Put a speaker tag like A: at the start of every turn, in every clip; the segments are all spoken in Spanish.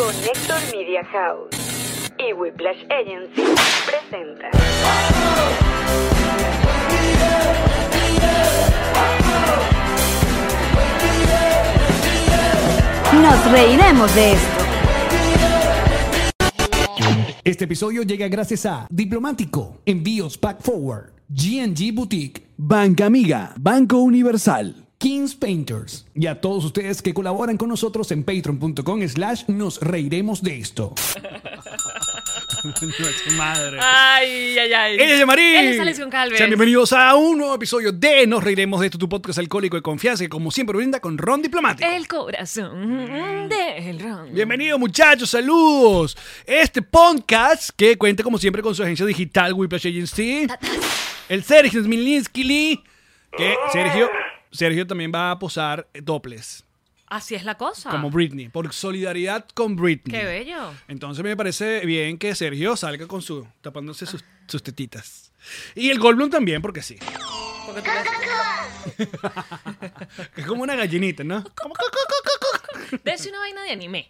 A: Connector Media House y Whiplash Agency presenta.
B: Nos reiremos de esto.
C: Este episodio llega gracias a Diplomático, Envíos Pack Forward, GNG Boutique,
D: Banca Amiga, Banco Universal.
C: Kings Painters y a todos ustedes que colaboran con nosotros en patreon.com slash nos reiremos de esto.
D: Madre.
E: Ay, ay, ay.
D: Ella es Yamarí.
E: Él es Alexion Calves.
D: Sean bienvenidos a un nuevo episodio de Nos Reiremos de esto, tu podcast alcohólico de confianza que como siempre brinda con Ron Diplomático.
E: El corazón del ron.
D: Bienvenidos muchachos, saludos. Este podcast que cuenta como siempre con su agencia digital Whiplash Agency. El Sergio Smilinski Lee, que Sergio, Sergio también va a posar doples
E: Así es la cosa.
D: como Britney, por solidaridad con Britney.
E: Ah. Qué bello.
D: Entonces me parece bien que Sergio salga con su tapándose sus, sus tetitas. Y el Goldblum también, porque sí.
E: Porque tú le-
D: Es como una gallinita, ¿no?
E: Dese una vaina de anime.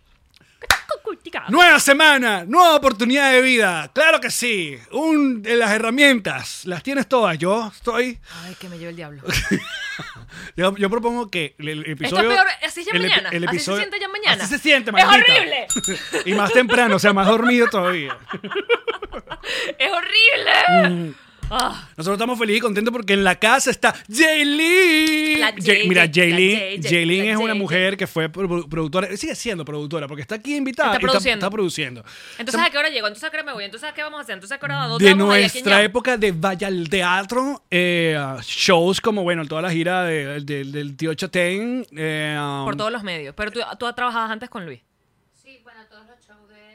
D: Nueva semana, nueva oportunidad de vida. Claro que sí. Un de las herramientas, las tienes todas. Yo estoy.
E: Ay, que me lleve el diablo.
D: Yo, yo propongo que el, el
E: Esto
D: episodio.
E: es peor. Así es ya
D: el epi-
E: mañana.
D: el
E: así se
D: episodio-
E: siente ya mañana.
D: Así se siente,
E: ¡Es
D: maldita.
E: horrible!
D: y más temprano, o sea, más dormido todavía.
E: ¡Es
D: Mm.
E: horrible! Ah,
D: Nosotros estamos felices y contentos porque en la casa está Jaylin.
E: La
D: Jay- Mira,
E: Jay- la
D: Jaylin
E: Jay- Jay-
D: Jaylin
E: la
D: es una
E: Jay-
D: mujer que fue produ- productora, sigue siendo productora porque está aquí invitada.
E: Está
D: y
E: produciendo.
D: está produciendo.
E: entonces, ¿a qué hora llego? Entonces, ¿a qué hora me voy? Entonces, ¿a qué vamos a hacer? Entonces, ¿a qué hora? ¿A dónde
D: de
E: vamos a ir? ¿A quién
D: nuestra
E: llamo?
D: época de vaya al teatro, eh, shows como, bueno, toda la gira de- de- del tío Chatén. eh,
E: Por todos los medios. Pero tú, tú trabajabas antes con Luis.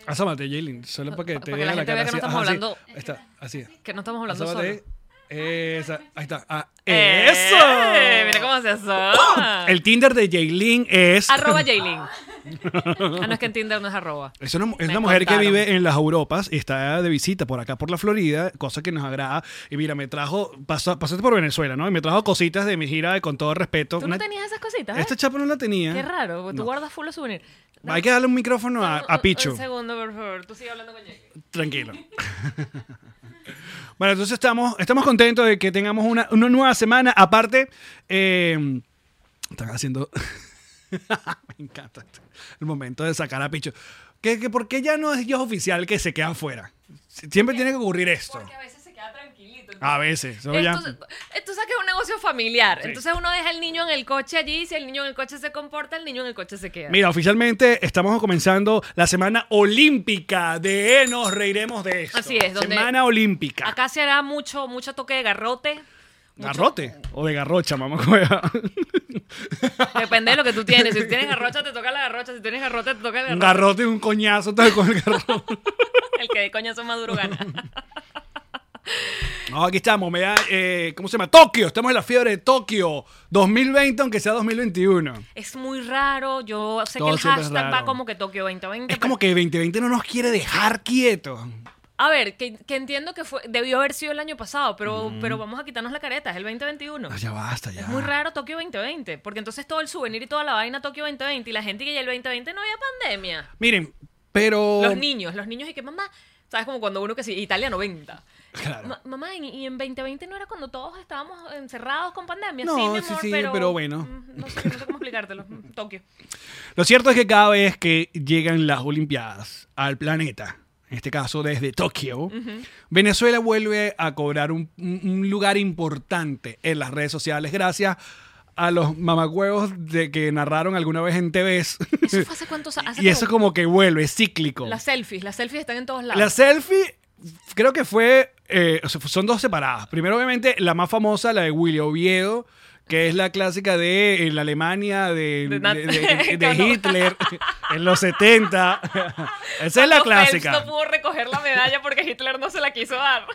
D: asómate, Jaylin, solo para que
E: Pa-
D: te
E: para que la
D: vea la
E: gente
D: cara.
E: vea que no
D: así,
E: estamos
D: ajá, así. Ah,
E: hablando-
D: Ahí está, así.
E: Que no estamos hablando solo.
D: Asómate. Esa, ahí está. Ah,
E: ¡Eh!
D: ¡Eso!
E: Mira cómo se asoma.
D: El Tinder de Jaylin es.
E: Arroba Jaylin. Ah, no es que en Tinder no es arroba.
D: Es una, es
E: Me
D: una mujer que
E: contaron.
D: vive en las Europas y está de visita por acá, por la Florida, cosa que nos agrada. Y mira, me trajo, pasa- pasaste por Venezuela, ¿no? Y me trajo cositas de mi gira, de con todo respeto.
E: ¿Tú
D: Una-
E: no tenías esas cositas? eh?
D: Esta chapa no la tenía.
E: Qué raro, porque
D: No.
E: tú guardas full los souvenirs.
D: Hay que darle un micrófono a, a Pichu.
E: Un segundo, por favor. Tú sigue hablando con Jaylin.
D: Tranquilo. bueno, entonces estamos, estamos contentos de que tengamos una, una nueva semana. Aparte, eh, están haciendo. Me encanta este- el momento de sacar a Picho. ¿Qué, que por qué ya no es yo oficial que se quedan fuera? Siempre tiene que ocurrir esto.
E: a veces se queda tranquilito.
D: A veces. Ah, eso ya-
E: Entonces, tú sabes que es un negocio familiar. Entonces uno deja el niño en el coche allí. y Si el niño en el coche se comporta, el niño en el coche se queda.
D: Mira, oficialmente estamos comenzando la semana olímpica de Nos Reiremos de esto.
E: Así es, donde-
D: Semana olímpica.
E: Acá se hará mucho, mucho toque de garrote. mucho-
D: Garrote o de garrocha, mamá. cueva.
E: Depende de lo que tú tienes. Si tienes garrocha, te toca la garrocha. Si tienes garrote, te toca el
D: Un
E: garrote.
D: garrote y un coñazo tal con el garrote.
E: El que de coñazo más duro gana.
D: No, aquí estamos, me da, eh, ¿cómo se llama? Tokio, estamos en la fiebre de Tokio 2020, aunque sea 2021.
E: Es muy raro. Yo sé
D: Todo
E: que el
D: siempre es
E: hashtag
D: raro.
E: va como que Tokio 2020.
D: Es como que 2020 no nos quiere dejar quietos.
E: A ver, que, que entiendo que fue, debió haber sido el año pasado, pero,
D: Mm.
E: pero vamos a quitarnos la careta, es el 2021.
D: No, ya basta, ya.
E: Es muy raro Tokio 2020, porque entonces todo el souvenir y toda la vaina Tokio 2020 y la gente que ya el 2020 no había pandemia.
D: Miren, pero...
E: Los niños, los niños y que mamá, sabes como cuando uno que sí, Italia 90.
D: Claro.
E: Ma- mamá, y, y en 2020 no era cuando todos estábamos encerrados con pandemia.
D: No,
E: sí, mi
D: sí,
E: amor,
D: sí,
E: pero,
D: pero bueno.
E: Mm, No sé, no sé cómo explicártelo. Mm, Tokio.
D: Lo cierto es que cada vez que llegan las Olimpiadas al planeta, en este caso desde Tokio, Venezuela vuelve a cobrar un, un- un lugar importante en las redes sociales gracias a los mamagüeos de que narraron alguna vez en TVs.
E: Eso fue hace cuántos años.
D: y eso como que vuelve, es cíclico.
E: Las selfies, las selfies están en todos lados.
D: La selfie creo que fue, eh, o sea, son dos separadas. Primero obviamente la más famosa, la de Willy Oviedo, que es la clásica de eh, la Alemania de,
E: De Nat-
D: de- de- de
E: Cuando-
D: Hitler en los 70. Esa es la
E: Cuando Phelps
D: clásica.
E: No pudo recoger la medalla porque Hitler no se la quiso dar.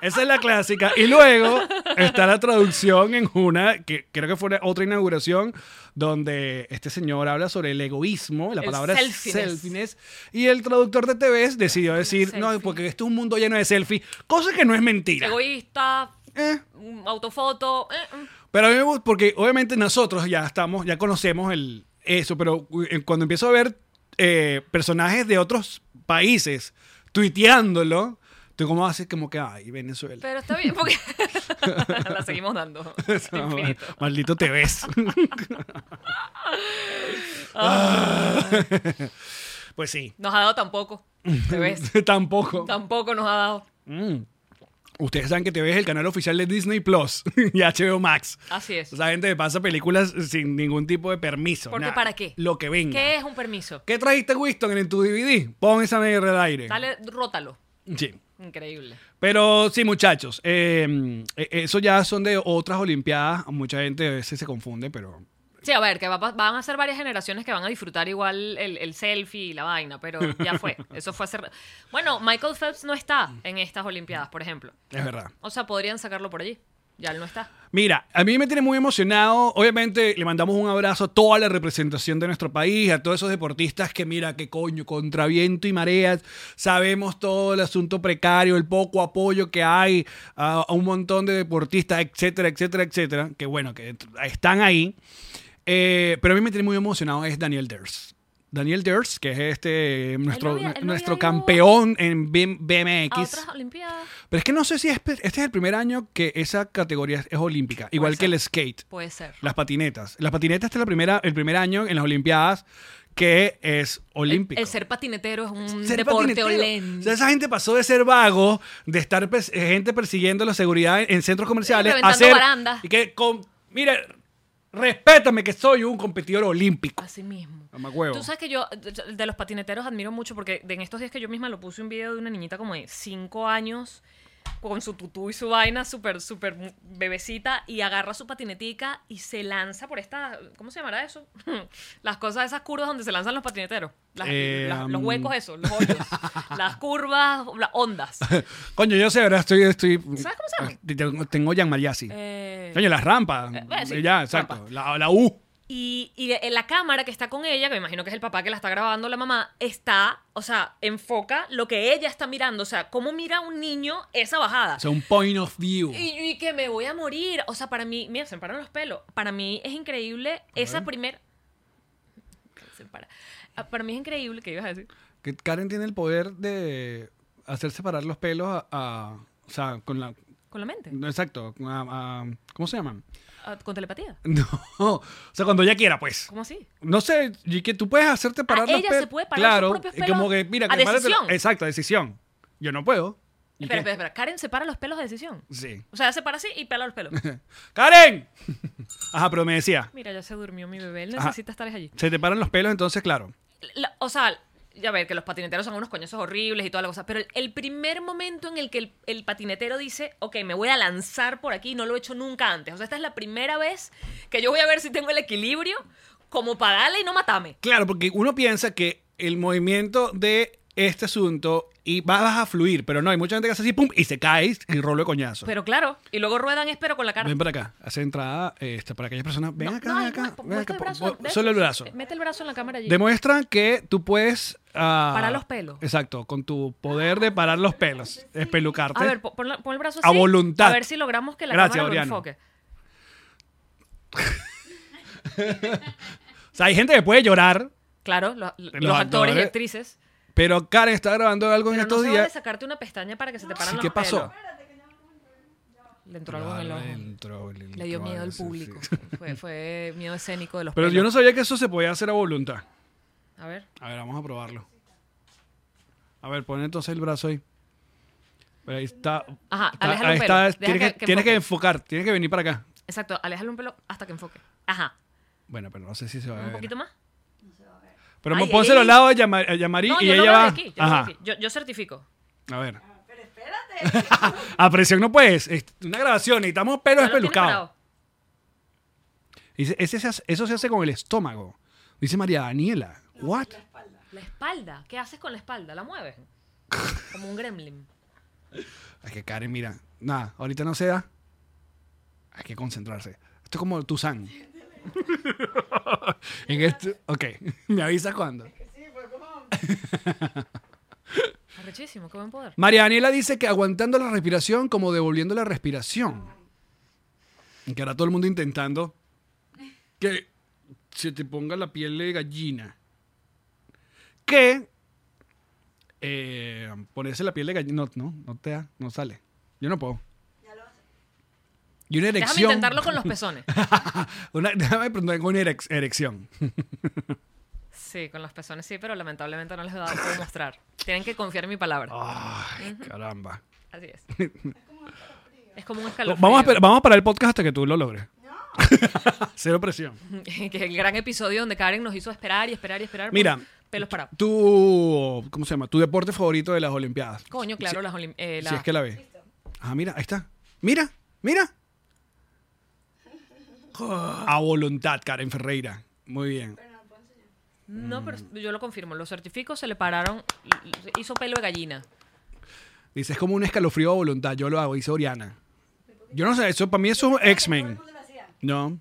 D: Esa es la clásica. Y luego está la traducción en una, que creo que fue una- otra inauguración, donde este señor habla sobre el egoísmo, la
E: El
D: palabra es
E: selfiness.
D: selfiness, y el traductor de TVS decidió decir, no,
E: selfie.
D: porque esto es un mundo lleno de selfies, cosa que no es mentira.
E: Egoísta,
D: Eh,
E: mm, autofoto. eh, mm.
D: pero a mí me gusta, porque obviamente nosotros ya estamos, ya conocemos el, eso, pero eh, cuando empiezo a ver eh, personajes de otros países tuiteándolo, tú como haces como que, ay, Venezuela.
E: Pero está bien, porque la seguimos dando. Infinito.
D: Maldito te ves. Ah.
E: Ah.
D: pues sí.
E: Nos ha dado tampoco. ¿Te ves?
D: Tampoco.
E: Tampoco nos ha dado.
D: Ustedes saben que te ves el canal oficial de Disney Plus y HBO Max.
E: Así es.
D: Esa gente pasa películas sin ningún tipo de permiso.
E: Porque
D: nada.
E: ¿para qué?
D: Lo que venga.
E: ¿Qué es un permiso?
D: ¿Qué trajiste, Winston, en tu DVD? Pon esa mierda al aire.
E: Dale, rótalo.
D: Sí.
E: Increíble.
D: Pero sí, muchachos, eh, eh, eso ya son de otras Olimpiadas. Mucha gente a veces se confunde, pero
E: Sí, a ver, que va a pa- van a ser varias generaciones que van a disfrutar igual el, el selfie y la vaina, pero ya fue. Eso fue hace... ra- Bueno, Michael Phelps no está en estas Olimpiadas, por ejemplo.
D: es verdad.
E: O sea, podrían sacarlo por allí. Ya él no está.
D: Mira, a mí me tiene muy emocionado. Obviamente, le mandamos un abrazo a toda la representación de nuestro país, a todos esos deportistas que, mira, que coño, contra viento y mareas. Sabemos todo el asunto precario, el poco apoyo que hay a, a un montón de deportistas, etcétera, etcétera, etcétera. Que bueno, que están ahí. Eh, pero a mí me tiene muy emocionado es Daniel Ders. Daniel Ders, que es este nuestro,
E: había- él no había
D: nuestro
E: ido
D: campeón en BM- BMX.
E: A otras Olimpiadas.
D: Pero es que no sé si es, pe- este es el primer año que esa categoría es olímpica, igual que
E: ser.
D: el skate,
E: Puede ser.
D: las patinetas. Las patinetas este es la primera, el primer año en las Olimpiadas que es olímpico.
E: El, el ser patinetero es un
D: Ser
E: deporte
D: patinetero.
E: olén.
D: O sea, esa gente pasó de ser vago, de estar pers- eh, gente persiguiendo la seguridad en, en centros comerciales, a
E: Reventando
D: ser
E: barandas.
D: y que con, mire, respétame que soy un competidor olímpico.
E: Así mismo.
D: Mamacuevo.
E: Tú sabes que yo de- de los patineteros admiro mucho porque de- en estos días que yo misma lo puse un video de una niñita como de 5 años con su tutú y su vaina súper, súper mu- bebecita y agarra su patinetica y se lanza por esta, ¿cómo se llamará eso? Las cosas, esas curvas donde se lanzan los patineteros. Las-
D: Eh,
E: las- los
D: um,
E: huecos esos, los hoyos. las curvas, las ondas.
D: Coño, yo sé, ahora estoy estoy ah,
E: ¿Sabes cómo se llama?
D: Tengo, tengo Jan Mariasi.
E: Eh,
D: Coño, las rampas.
E: Eh, bueno, sí,
D: ya,
E: rampas.
D: exacto. La, la U.
E: Y, y en la cámara que está con ella, que me imagino que es el papá que la está grabando, la mamá, está, o sea, enfoca lo que ella está mirando. O sea, cómo mira un niño esa bajada.
D: O sea, un point of view.
E: y, y que me voy a morir. O sea, para mí, mira, se me paran los pelos. Para mí es increíble esa primera. Para. Ah, para mí es increíble que ibas a decir.
D: Que Karen tiene el poder de hacer separar los pelos a. a- o sea, con la.
E: Con la mente.
D: Exacto. a- a- ¿Cómo se llaman?
E: Ah, Con telepatía.
D: No. O sea, cuando ella quiera, pues.
E: ¿Cómo así?
D: No sé, y que tú puedes hacerte parar
E: Ah,
D: los
E: ella
D: pelos.
E: se puede parar
D: claro,
E: sus propios
D: y como
E: pelos
D: que, mira,
E: a
D: que párate-
E: decisión.
D: Exacto, a decisión. Yo no puedo. ¿Y
E: Espera,
D: qué?
E: espera, espera. Karen separa los pelos de decisión.
D: Sí.
E: O sea, se para así y pela los pelos.
D: ¡Karen! Ajá, pero me decía,
E: Mira, ya se durmió mi bebé. Él
D: Ajá.
E: necesita estar allí.
D: se te paran los pelos, entonces, claro.
E: la- o sea, ya ver, que los patineteros son unos coñazos horribles y toda la cosa, pero el, el primer momento en el que el, el patinetero dice, ok, me voy a lanzar por aquí, no lo he hecho nunca antes. O sea, esta es la primera vez que yo voy a ver si tengo el equilibrio como para darle y no matarme.
D: Claro, porque uno piensa que el movimiento de este asunto y vas, vas a fluir, pero no, hay mucha gente que hace así, pum, y se cae y rolo de coñazo.
E: Pero claro, y luego ruedan, espero, con la cara.
D: Ven para acá, hace entrada esta, para aquellas personas. Ven
E: No,
D: acá,
E: no,
D: ven
E: es más,
D: acá.
E: po-
D: ven
E: muestra
D: acá,
E: el
D: po-
E: brazo,
D: po-
E: de- eh,
D: solo el brazo.
E: Mete el brazo en la cámara allí.
D: Demuestra que tú puedes. ah,
E: Parar los pelos.
D: Exacto, con tu poder de parar los pelos, espelucarte.
E: a ver, po- pon, la- pon el brazo
D: A
E: así.
D: voluntad.
E: A ver si logramos que la
D: Gracias,
E: cámara lo
D: Oriana.
E: enfoque.
D: O sea, hay gente que puede llorar,
E: Claro, lo- los,
D: Los
E: actores y
D: actores.
E: actrices.
D: pero Karen está grabando algo en
E: Pero no
D: estos
E: se vale
D: días.
E: sacarte una pestaña para que se te paran
D: Sí,
E: los
D: ¿Qué pasó?
E: pelos. Le entró algo en el ojo.
D: Adentro,
E: Le dio miedo al
D: sí, sí.
E: público. Fue, fue miedo escénico de los
D: Pero
E: pelos.
D: yo no sabía que eso se podía hacer a voluntad.
E: A ver.
D: A ver, vamos a probarlo. A ver, pon entonces el brazo ahí. Pero ahí está.
E: Ajá,
D: está-
E: aléjalo
D: ahí
E: un
D: está.
E: pelo. Deja
D: Tienes, que,
E: que- que
D: tienes que
E: enfoque.
D: enfocar, tienes que venir para acá.
E: Exacto, aléjalo un pelo hasta que enfoque. Ajá.
D: Bueno, pero no sé si se va a
E: Un
D: ver.
E: poquito más.
D: Pero
E: Ay,
D: pónselo
E: ay,
D: al lado de Yama- a Yamari
E: No,
D: y
E: yo lo
D: ella
E: veo de
D: va.
E: aquí. Yo, lo veo de aquí. yo, yo certifico.
D: A ver. Pero espérate. a presión no puedes. Es una grabación, necesitamos pelo
E: Ya lo tienes
D: espelucado.
E: parado.
D: Dice, ese se hace- eso se hace con el estómago. Dice María Daniela. ¿What?
E: La espalda. ¿Qué haces con la espalda? ¿La mueves? Como un gremlin.
D: Es que Karen, mira, nada, ahorita no se da. Hay que concentrarse. Esto es como el Tuzán. en este, ok, me avisas cuando.
E: Arrechísimo, qué buen poder.
D: María Daniela dice que aguantando la respiración como devolviendo la respiración. Y que ahora todo el mundo intentando que se te ponga la piel de gallina. que eh, ponerse la piel de gallina. No, no, no te da, no sale. Yo no puedo. Y una erección.
E: Déjame intentarlo con los pezones.
D: Una- déjame preguntar con una erec- erección.
E: Sí, con los pezones sí, pero lamentablemente no les he dado por mostrar. Tienen que confiar en mi palabra.
D: Ah. Ay, caramba.
E: Así es. Es como un escalofrío.
D: Vamos a, esperar- vamos a parar el podcast hasta que tú lo logres. Cero presión.
E: que el gran episodio donde Karen nos hizo esperar y esperar y esperar. por
D: Mira,
E: pelos parados.
D: Tu, ¿cómo se llama? Tu deporte favorito de las Olimpiadas.
E: Coño, claro, las olim- eh,
D: Si
E: la-
D: es que la ve. Ah, mira, ahí está. Mira, mira. A voluntad, Karen Ferreira. Muy bien.
E: No, pero
D: Mm.
E: yo lo confirmo. Los certificos se le pararon. Hizo pelo de gallina.
D: Dice, es como un escalofrío a voluntad. Yo lo hago, dice Oriana. Yo no sé, eso para mí eso es X-Men. No.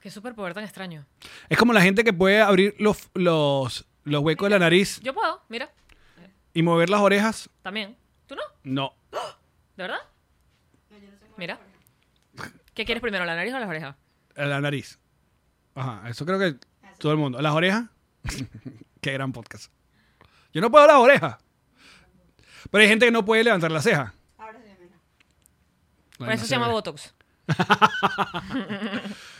E: Qué superpoder tan extraño.
D: Es como la gente que puede abrir los, los, los huecos de la nariz
E: Yo puedo, mira.
D: y mover las orejas.
E: También. ¿Tú no?
D: No.
E: ¿De verdad? Mira. ¿Qué quieres primero, la nariz o las orejas?
D: A La nariz. Ajá, eso creo que todo el mundo. Las orejas. Qué gran podcast. Yo no puedo las orejas. Pero hay gente que no puede levantar la ceja.
E: Por eso se llama Botox.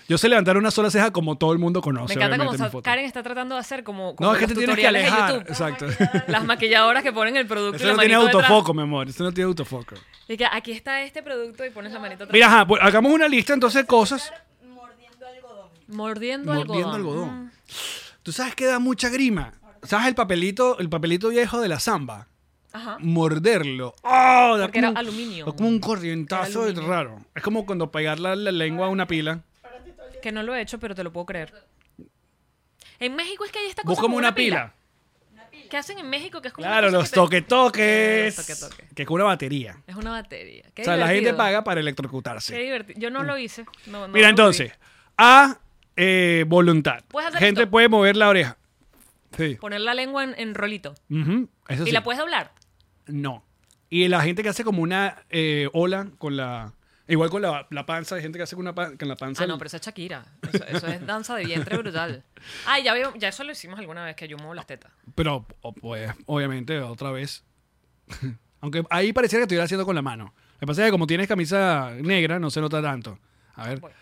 D: Yo sé levantar una sola ceja como todo el mundo
E: Me
D: conoce.
E: encanta
D: obviamente,
E: como
D: en
E: sa-
D: foto.
E: Karen está tratando de hacer como, como
D: No, es que
E: los
D: te tienes que
E: tutoriales de
D: alejar.
E: YouTube.
D: Exacto.
E: Las maquilladoras que ponen el producto y
D: Eso
E: la
D: no tiene
E: manito detrás.
D: autofoco, mi amor. Eso no tiene autofoco.
E: Y que aquí está este producto y pones la manito atrás.
D: Mira, ajá, pues, hagamos una lista entonces de cosas. Mordiendo
E: Mordiendo, algodón. Ah.
D: algodón. Tú sabes que da mucha grima. ¿Sabes el papelito, el papelito viejo de la samba?
E: Ajá.
D: Morderlo. ¡Oh! Da
E: Porque era
D: como un-
E: aluminio.
D: da como un corrientazo
E: Era aluminio.
D: raro. Es como cuando pegar la, la lengua a una pila.
E: Que no lo he hecho, pero te lo puedo creer. En México es que hay esta cosa.
D: Busca como una pila.
E: ¿Qué hacen en México? Que es como una
D: Claro,
E: cosa
D: los
E: que te-
D: toque-toques.
E: Los toque-toques.
D: Que es como una batería.
E: Es una batería. Qué
D: O sea, la gente
E: divertido.
D: paga para
E: Qué
D: electrocutarse.
E: divertido. Yo no lo hice. No, no
D: Mira,
E: lo
D: entonces, a eh, voluntad.
E: Puedes hacer
D: Gente
E: esto.
D: puede mover la oreja. Sí.
E: vi. Poner la lengua en, en rolito.
D: Ujú, Eso
E: Y
D: sí.
E: la puedes doblar.
D: No. Y la gente que hace como una eh, ola con la. Igual con la, la panza, hay gente que hace con, una pan- con la panza.
E: Ah, no, pero eso es Shakira. Eso, eso es danza de vientre brutal. Ay, ya veo, ya eso lo hicimos alguna vez que yo muevo las tetas.
D: Pero, o- pues, obviamente, otra vez. Aunque ahí pareciera que estuviera haciendo con la mano. Lo que pasa es que como tienes camisa negra, no se nota tanto. A ver.
E: Voy.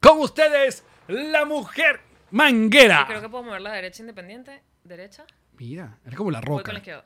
D: Con ustedes, la mujer manguera.
E: Yo creo que puedo mover la derecha independiente. Derecha.
D: Mira, es como la
E: Voy con
D: roca.
E: la izquierda.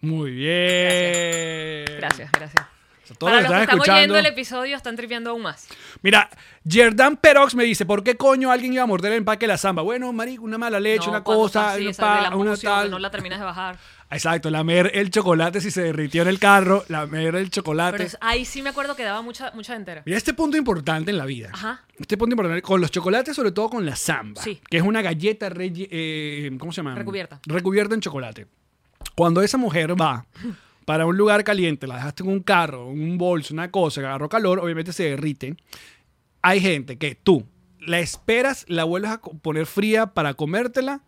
D: Muy bien.
E: Gracias, gracias.
D: O sea, todos
E: Para
D: los
E: los
D: que
E: que
D: están
E: están oyendo
D: escuchando-
E: el episodio están tripeando aún más.
D: Mira, Jerdán Perox me dice, ¿por qué coño alguien iba a morder el empaque de la samba? Bueno, marico, una mala leche,
E: No,
D: una
E: cuando
D: cosa,
E: estás así,
D: una
E: esa de
D: pa-
E: la
D: una
E: emoción, que
D: tal.
E: no la terminas de bajar.
D: Exacto, lamer el chocolate si se derritió en el carro, lamer el chocolate.
E: Pero es- ahí sí me acuerdo que daba mucha, mucha entera.
D: Mira este punto importante en la vida.
E: Ajá.
D: Este punto importante con los chocolates, sobre todo con la samba,
E: Sí.
D: que es una galleta re- eh, ¿cómo se llama?
E: Recubierta.
D: Recubierta en chocolate. Cuando esa mujer va para un lugar caliente, la dejaste en un carro, en un bolso, una cosa, que agarró calor, obviamente se derrite. Hay gente que tú la esperas, la vuelves a co- poner fría para comértela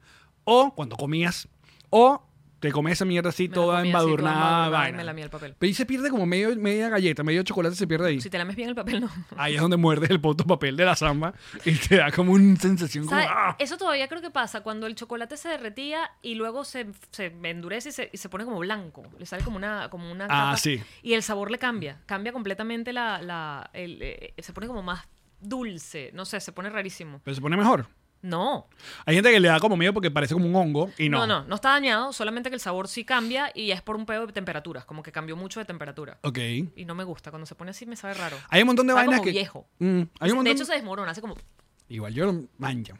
D: o cuando comías o te comes esa mierda así
E: Me la
D: toda
E: comí así, toda
D: embadurnada,
E: embadurnada y
D: vaina.
E: me lamí el papel.
D: Pero ahí se pierde como medio, media galleta, medio chocolate se pierde ahí.
E: Si te lames bien el papel, no.
D: Ahí es donde muerdes el puto papel de la samba y te da como una sensación como,
E: ¿Sabe?
D: ¡ah!
E: Eso todavía creo que pasa cuando el chocolate se derretía y luego se, se endurece y se, y se pone como blanco. Le sale como una. Como una
D: Ah,
E: capa.
D: sí.
E: Y el sabor le cambia. Cambia completamente la. la- el, eh, se pone como más dulce. No sé, se pone rarísimo.
D: Pero se pone mejor.
E: No.
D: Hay gente que le da como miedo porque parece como un hongo y no.
E: No, no, no está dañado, solamente que el sabor sí cambia y es por un pedo de temperaturas, como que cambió mucho de temperatura.
D: Ok.
E: Y no me gusta, cuando se pone así me sabe raro.
D: Hay un montón de
E: Está
D: vainas
E: como
D: que.
E: viejo.
D: Mm, hay un montón-
E: De hecho se desmorona, hace como,
D: Igual yo lo manjo.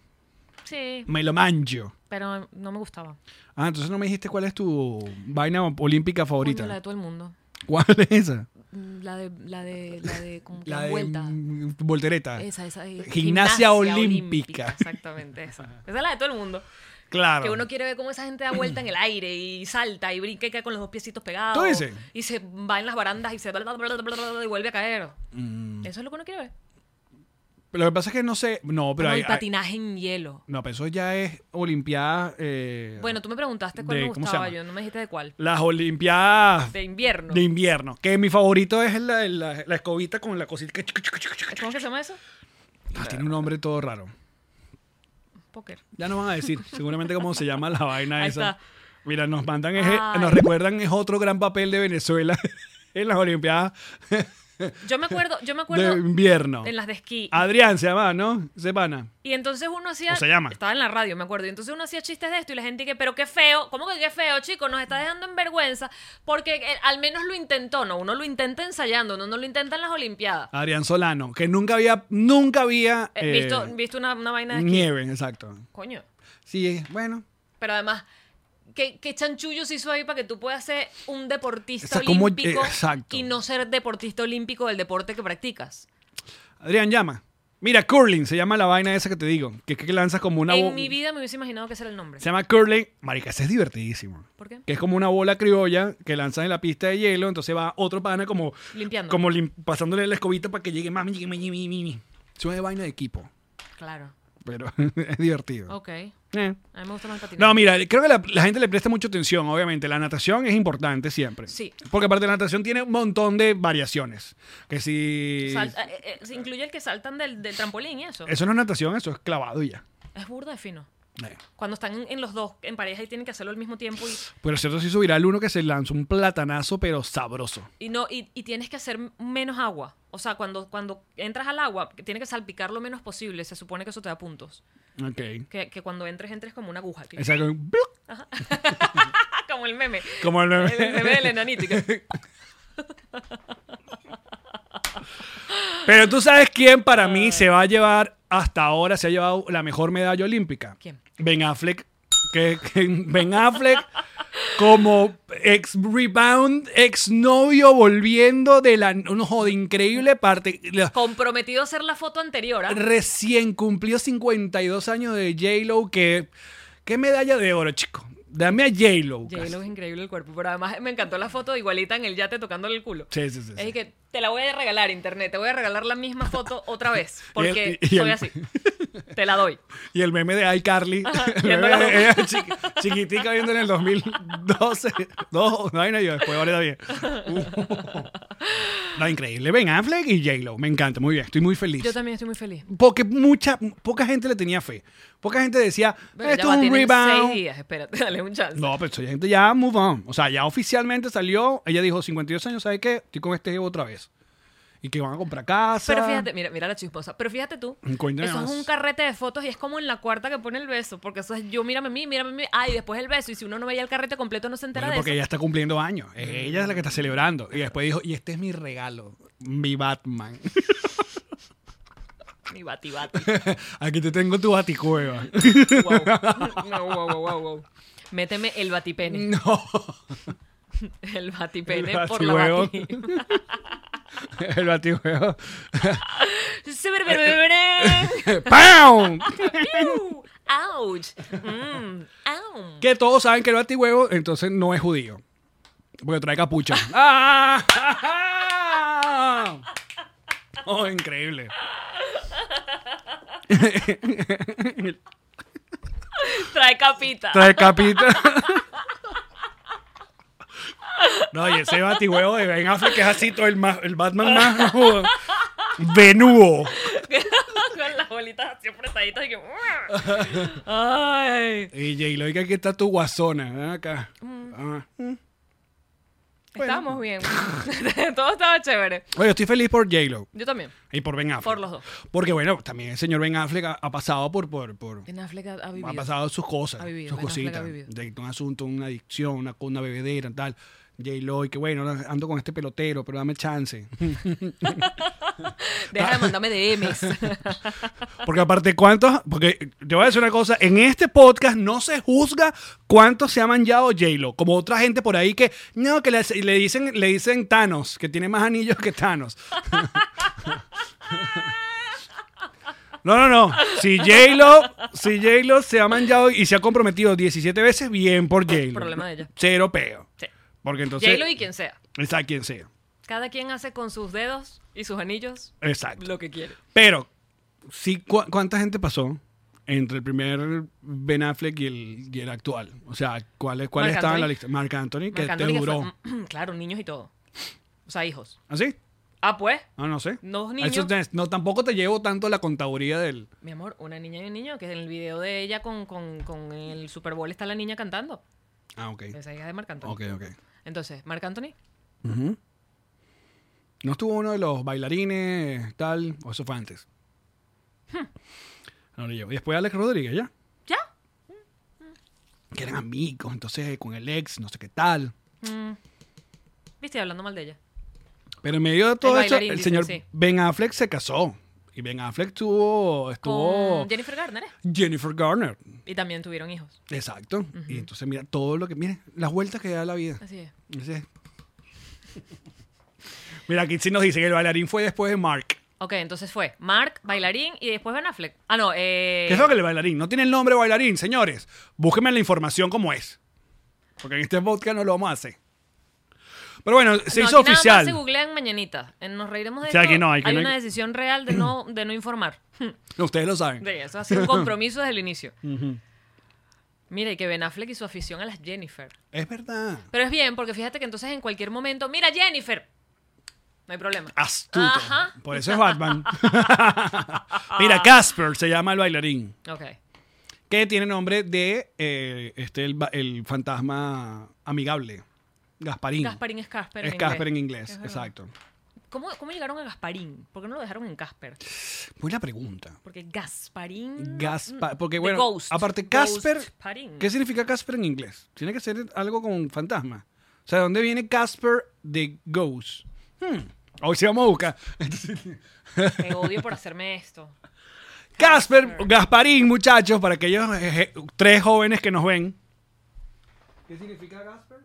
E: sí,
D: Me lo manjo.
E: pero no me gustaba.
D: Ah, entonces no me dijiste cuál es tu vaina olímpica favorita.
E: Coño, la de todo el mundo.
D: ¿Cuál es esa?
E: Mm, La de, la de, la de, como que
D: La
E: dan
D: de
E: vuelta.
D: mm, voltereta.
E: Esa, esa. eh,
D: Gimnasia olímpica.
E: Exactamente, esa. Esa es la de todo el mundo.
D: Claro.
E: Que uno quiere ver cómo esa gente da vuelta en el aire y salta y brinca y cae con los dos piecitos pegados.
D: ¿Tú dices?
E: Y se va en las barandas y se bla, bla, bla, bla, bla, bla, y vuelve a caer.
D: Mm.
E: Eso es lo que uno quiere ver.
D: Lo que pasa es que no sé. No, pero
E: Como
D: hay.
E: el
D: hay-
E: patinaje en hielo.
D: No, pero eso ya es Olimpiadas. eh,
E: Bueno, tú me preguntaste cuál
D: de-
E: me
D: ¿cómo se
E: gustaba,
D: llama?
E: yo no me dijiste de cuál.
D: Las Olimpiadas
E: De invierno.
D: de invierno. Que mi favorito es la, la- la escobita con la cosita que.
E: ¿Cómo que se llama eso?
D: Ah, tiene un nombre todo raro.
E: póker.
D: Ya nos van a decir seguramente cómo se llama la vaina
E: Ahí
D: esa.
E: está.
D: Mira, nos mandan, es- eh,
E: Ay.
D: nos recuerdan, es otro gran papel de Venezuela en las Olimpiadas
E: Yo me acuerdo, yo me acuerdo
D: de invierno.
E: en las de esquí.
D: Adrián se llama, ¿no? Sepana.
E: Y entonces uno hacía.
D: ¿O se llama?
E: Estaba en la radio, me acuerdo. Y entonces uno hacía chistes de esto y la gente que, pero qué feo. ¿Cómo que qué feo, chico? Nos está dejando en vergüenza. Porque eh, al menos lo intentó, ¿no? Uno lo intenta ensayando, uno no lo intenta en las Olimpiadas.
D: Adrián Solano, que nunca había, nunca había
E: Eh,
D: eh,
E: visto visto una, una vaina de esquí.
D: nieve, exacto.
E: Coño.
D: Sí, eh, bueno.
E: Pero además, ¿qué, qué chanchullo se hizo ahí para que tú puedas ser un deportista
D: Esa- cómo-
E: olímpico
D: eh, exacto.
E: y no ser deportista olímpico del deporte que practicas?
D: Adrián llama. Mira, curling se llama la vaina esa que te digo, que, que lanzas como una bo-
E: en mi vida me hubiese imaginado que ese era el nombre.
D: Se llama curling. Marica, ese es divertidísimo.
E: ¿Por qué?
D: Que es como una bola criolla que lanzas en la pista de hielo, entonces va otro pana como
E: Limpiando.
D: como lim- pasándole la escobita para que llegue mami, llegue mami, mami, mami. Suena de vaina de equipo,
E: Claro.
D: pero es divertido.
E: Ok. A
D: Eh.
E: mí me gusta más el patinete.
D: No, mira, creo que la, la gente le presta mucha atención, obviamente. La natación es importante siempre.
E: Sí.
D: Porque aparte la natación tiene un montón de variaciones. Que si...
E: Sal- eh, eh, se incluye el que saltan del, del trampolín y eso. Es,
D: Eso no es natación, eso es clavado y ya.
E: burda de fino.
D: Eh.
E: Cuando están en, en los dos en pareja y tienen que hacerlo al mismo tiempo y,
D: Pero cierto, sí subirá el uno que se lanza un platanazo, pero sabroso.
E: y no y, y tienes que hacer menos agua. O sea, cuando, cuando entras al agua, que tienes que salpicar lo menos posible. Se supone que eso te da puntos.
D: Ok.
E: Que, que cuando entres, entres como una aguja. que-
D: Exacto. ¡Plup!
E: como el meme.
D: Como el
E: El meme del enanito. y que-
D: Pero tú sabes quién para mí se va a llevar hasta ahora, se ha llevado la mejor medalla olímpica.
E: ¿Quién?
D: Ben Affleck. Que, que ben Affleck como ex rebound, ex novio volviendo de la no joda, increíble parte. La-
E: Comprometido a hacer la foto anterior. ¿ah?
D: recién cumplió 52 años de J-Lo que qué medalla de oro, chico. Dame a J-Lo. casi.
E: J-Lo es increíble el cuerpo. Pero además me encantó la foto igualita en el yate tocándole el culo.
D: Sí, sí, sí. sí.
E: Es que te la voy a regalar, internet. Te voy a regalar la misma foto otra vez. Porque
D: Y el- y
E: soy
D: el-
E: así. Te la doy.
D: Y el meme de iCarly. el
E: viendo
D: meme
E: la-
D: de ella chiqui- chiquitica viendo en el 2012. No, no, no, yo después ahora bien. No, increíble. Ben Affleck y J-Lo. Me encanta, muy bien. Estoy muy feliz.
E: Yo también estoy muy feliz.
D: Porque mucha, poca gente le tenía fe. Poca gente decía,
E: Bueno,
D: esto es
E: ya va,
D: un
E: tienen
D: rebound.
E: seis días, espérate, dale un chance.
D: No, pero esta gente ya move on. O sea, ya oficialmente salió. Ella dijo, 52 años, ¿sabes qué? Estoy con este jevo otra vez. Y que van a comprar casa.
E: Pero fíjate, mira, mira la chisposa. Pero fíjate tú,
D: Cuéntame
E: eso
D: más.
E: es un carrete de fotos y es como en la cuarta que pone el beso, porque eso es yo, mírame a mí, mírame a mí, ay, después el beso. Y si uno no veía el carrete completo, no se entera
D: Bueno,
E: de
D: porque
E: eso.
D: ella está cumpliendo años. Es Ella es la que está celebrando. Y después dijo, y este es mi regalo. Mi Batman.
E: Mi bati bati.
D: Aquí te tengo tu baticueva.
E: wow. No, wow, wow, wow, wow. Méteme el batipene.
D: No.
E: Mm. El
D: El
E: batipene por la
D: batihuevo.
E: bati.
D: El batihuevo. ¡Pam!
E: Piu. ¡Auch! Mm, au.
D: Que todos saben que el batihuevo entonces no es judío. Porque trae capucha. ¡Ah! ¡Oh, increíble!
E: Trae capita.
D: Trae capita. No, oye, ese batihuevo de Ben Affleck que es así todo el, más, el Batman más venúo.
E: Con las bolitas así apretaditas y que. Ay.
D: Y J-Lo, que aquí está tu guasona. ven acá.
E: Mm.
D: Ah.
E: Estábamos bien. Todo estaba chévere.
D: Oye, estoy feliz por J-Lo
E: Yo también.
D: y por Ben Affleck.
E: Por los dos.
D: Porque, bueno, también el señor Ben Affleck ha, ha pasado por... por, por
E: Ben Affleck ha, ha
D: ha
E: vivido.
D: pasado sus cosas,
E: Ha vivido,
D: sus
E: Ben Affleck ha
D: cositas.
E: vivido.
D: De un asunto, una adicción, una, una bebedera, tal. J-Lo, y que bueno, ando con este pelotero, pero dame chance.
E: Deja de mandarme DMs.
D: Porque aparte, ¿cuántos? Porque te voy a decir una cosa, en este podcast no se juzga cuántos se ha manchado J-Lo, como otra gente por ahí que, no, que le, le dicen, le dicen Thanos, que tiene más anillos que Thanos. No, no, no. Si J-Lo, si J-Lo se ha manchado y se ha comprometido 17 veces, bien por J-Lo.
E: Problema de ella.
D: Cero peo.
E: Sí.
D: Porque entonces...
E: J-Lo y quien sea.
D: Está quien sea.
E: Cada quien hace con sus dedos y sus anillos
D: Exacto.
E: lo que quiere.
D: Pero, sí, ¿cu- ¿cuánta gente pasó entre el primer Ben Affleck y el, y el actual? O sea, ¿cuáles cuál
E: Marc
D: estaban en la
E: Anthony.
D: lista? Marc Anthony, que
E: Marc
D: te
E: Anthony que
D: duró.
E: fue- claro, niños y todo. O sea, hijos.
D: ¿Así?
E: Ah, pues.
D: No, no sé. Ah, Eso
E: Dos niños.
D: te- no, tampoco te llevo tanto la contaduría del.
E: Mi amor, una niña y un niño, que en el video de ella con, con- con el Super Bowl está la niña cantando.
D: Ah, ok.
E: Esa hija de Marc Anthony.
D: Ok, ok.
E: Entonces, Marc Anthony,
D: ¿No estuvo uno de los bailarines, tal? ¿O eso fue antes?
E: Hmm.
D: No lo llevo. Y después Alex Rodríguez, ¿ya?
E: ¿ya?
D: Que eran amigos, entonces con el ex, no sé qué tal.
E: Mm. Viste, hablando mal de ella.
D: Pero en medio de todo esto,
E: bailarín,
D: el
E: dicen,
D: señor
E: sí.
D: Ben Affleck se casó. Y Ben Affleck tuvo, estuvo
E: Con Jennifer Garner. ¿eh?
D: Jennifer Garner.
E: Y también tuvieron hijos.
D: Exacto. Y entonces mira todo lo que, mire, las vueltas que da la vida.
E: Así es.
D: Ese es. Mira, aquí sí nos dice que el bailarín fue después de Mark.
E: Ok, entonces fue Mark, bailarín y después Ben Affleck. Ah, no, eh.
D: ¿Qué es lo que el bailarín? No tiene el nombre bailarín, señores. Búsquenme la información como es. Porque en este podcast no lo vamos a hacer. Pero bueno, se
E: No,
D: hizo
E: aquí nada más
D: oficial.
E: se googlean mañanita. En Nos reiremos de
D: O sea,
E: esto.
D: aquí no, aquí
E: hay
D: no hay-
E: una decisión real de no, de no informar.
D: No, Ustedes lo saben.
E: De eso ha sido un compromiso desde el inicio. Mira, y que Ben Affleck y su afición a las Jennifer.
D: Es verdad.
E: Pero es bien, porque fíjate que entonces en cualquier momento, mira Jennifer, no hay problema.
D: Astuto.
E: Ajá.
D: Por eso es Batman. Mira, Casper se llama el bailarín.
E: Ok.
D: Que tiene nombre de eh, este, el, ba- el fantasma amigable. Gasparín.
E: Gasparín es Casper. en
D: es
E: inglés.
D: Casper en inglés,
E: Es verdad.
D: exacto.
E: ¿Cómo, ¿Cómo llegaron a Gasparín? ¿Por qué no lo dejaron en Casper?
D: Buena pregunta.
E: Porque Gasparín.
D: Gaspa- porque
E: Mm, The
D: bueno,
E: Ghost.
D: aparte
E: Ghost
D: Casper,
E: Parín.
D: ¿qué significa Casper en inglés? Tiene que ser algo con fantasma. O sea, ¿de dónde viene Casper de Ghost? Hmm, Hoy sí vamos a buscar. Entonces,
E: Te odio por hacerme esto.
D: Casper, Gasparín, muchachos, para aquellos eh, eh, tres jóvenes que nos ven. ¿Qué significa Gasper?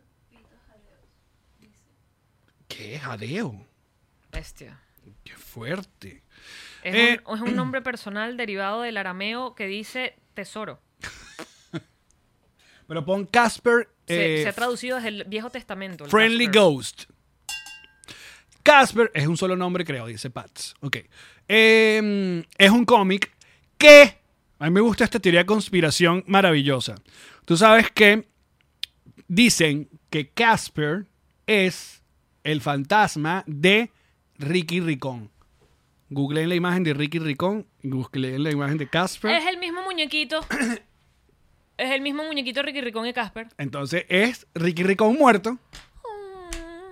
D: ¿Qué jadeo?
E: Bestia.
D: Qué fuerte.
E: Es,
D: Eh,
E: un, es un nombre personal derivado del arameo que dice tesoro.
D: Pero pon Casper.
E: Se,
D: eh,
E: se ha traducido desde el Viejo Testamento. el
D: Friendly
E: Casper.
D: Ghost. Casper es un solo nombre, creo, dice Pats. Ok. Eh, es un cómic que. A mí me gusta esta teoría de conspiración maravillosa. Tú sabes que dicen que Casper es el fantasma de Ricky Ricón. Googleen la imagen de Ricky Ricón, googleen la imagen de Casper.
E: Es el mismo muñequito. es el mismo muñequito Ricky Ricón y Casper.
D: Entonces es Ricky Ricón muerto.
E: Ah.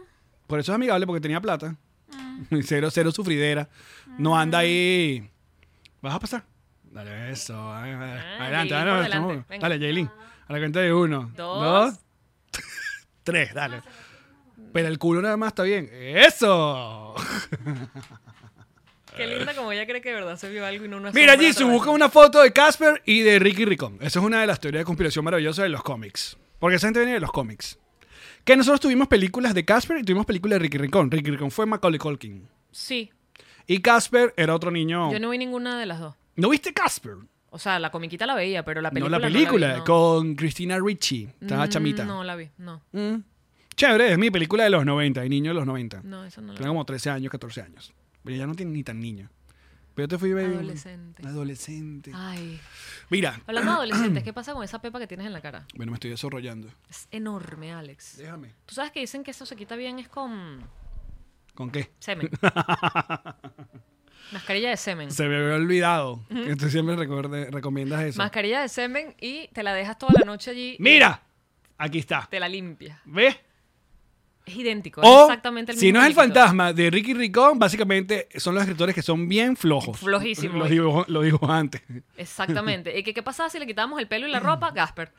D: Por eso es amigable, porque tenía plata. Cero, cero sufridera. No
E: Ah.
D: anda ahí. ¿Vas a pasar? Dale eso. ay, ay, adelante,
E: Yailin
D: dale, dale,
E: Ah, por delante,
D: estamos-
E: venga. Ah.
D: dale, Jaylin. A la cuenta de uno,
E: Dos. Ah,
D: dos, tres, dale. Pero el culo nada más está bien. ¡Eso!
E: Qué linda como ella cree que de verdad se vio algo y no una
D: Mira,
E: sombra
D: Jisoo,
E: atrás.
D: busca una foto de Casper y de Ricky Ricón. Esa es una de las teorías de conspiración maravillosas de los cómics. Porque esa gente viene de los cómics. Que nosotros tuvimos películas de Casper y tuvimos películas de Ricky Ricón. Ricky Ricón fue Macaulay Culkin.
E: Sí,
D: Y Casper era otro niño.
E: yo
D: no...
E: no vi ninguna de las dos.
D: viste Casper?
E: O sea, la comiquita la veía, pero la película.
D: no, la película.
E: No la vi, no.
D: Con Christina Ricci. Estaba
E: Mm,
D: chamita.
E: No la vi, no.
D: Mm. Chévere, es mi película de los 90. Y niño de los 90.
E: No, eso no la vi.
D: Tenía como 13 años, 14 años. Pero ya no tiene ni tan niño. Pero yo te fui baby.
E: Adolescente. Ah.
D: Adolescente.
E: Ay.
D: Mira.
E: Hablando de adolescentes, ¿qué pasa con esa pepa que tienes en la cara?
D: Bueno, me estoy desarrollando.
E: Es enorme, Alex.
D: Déjame.
E: Tú sabes que dicen que eso se quita bien es con
D: ¿Con qué?
E: semen. Mascarilla de semen.
D: Se me había olvidado. Que tú siempre recuerde- recomiendas eso.
E: Mascarilla de semen y te la dejas toda la noche allí. y
D: Mira, aquí está.
E: Te la limpia.
D: ¿Ves?
E: Es idéntico.
D: O,
E: es exactamente el mismo.
D: si no es el
E: líquido.
D: fantasma de Ricky Ricón, básicamente son los escritores que son bien flojos.
E: Flojísimos.
D: Lo digo, lo digo antes.
E: Exactamente. ¿Y qué, qué pasaba si le quitábamos el pelo y
D: Mm.
E: la ropa? Gasper.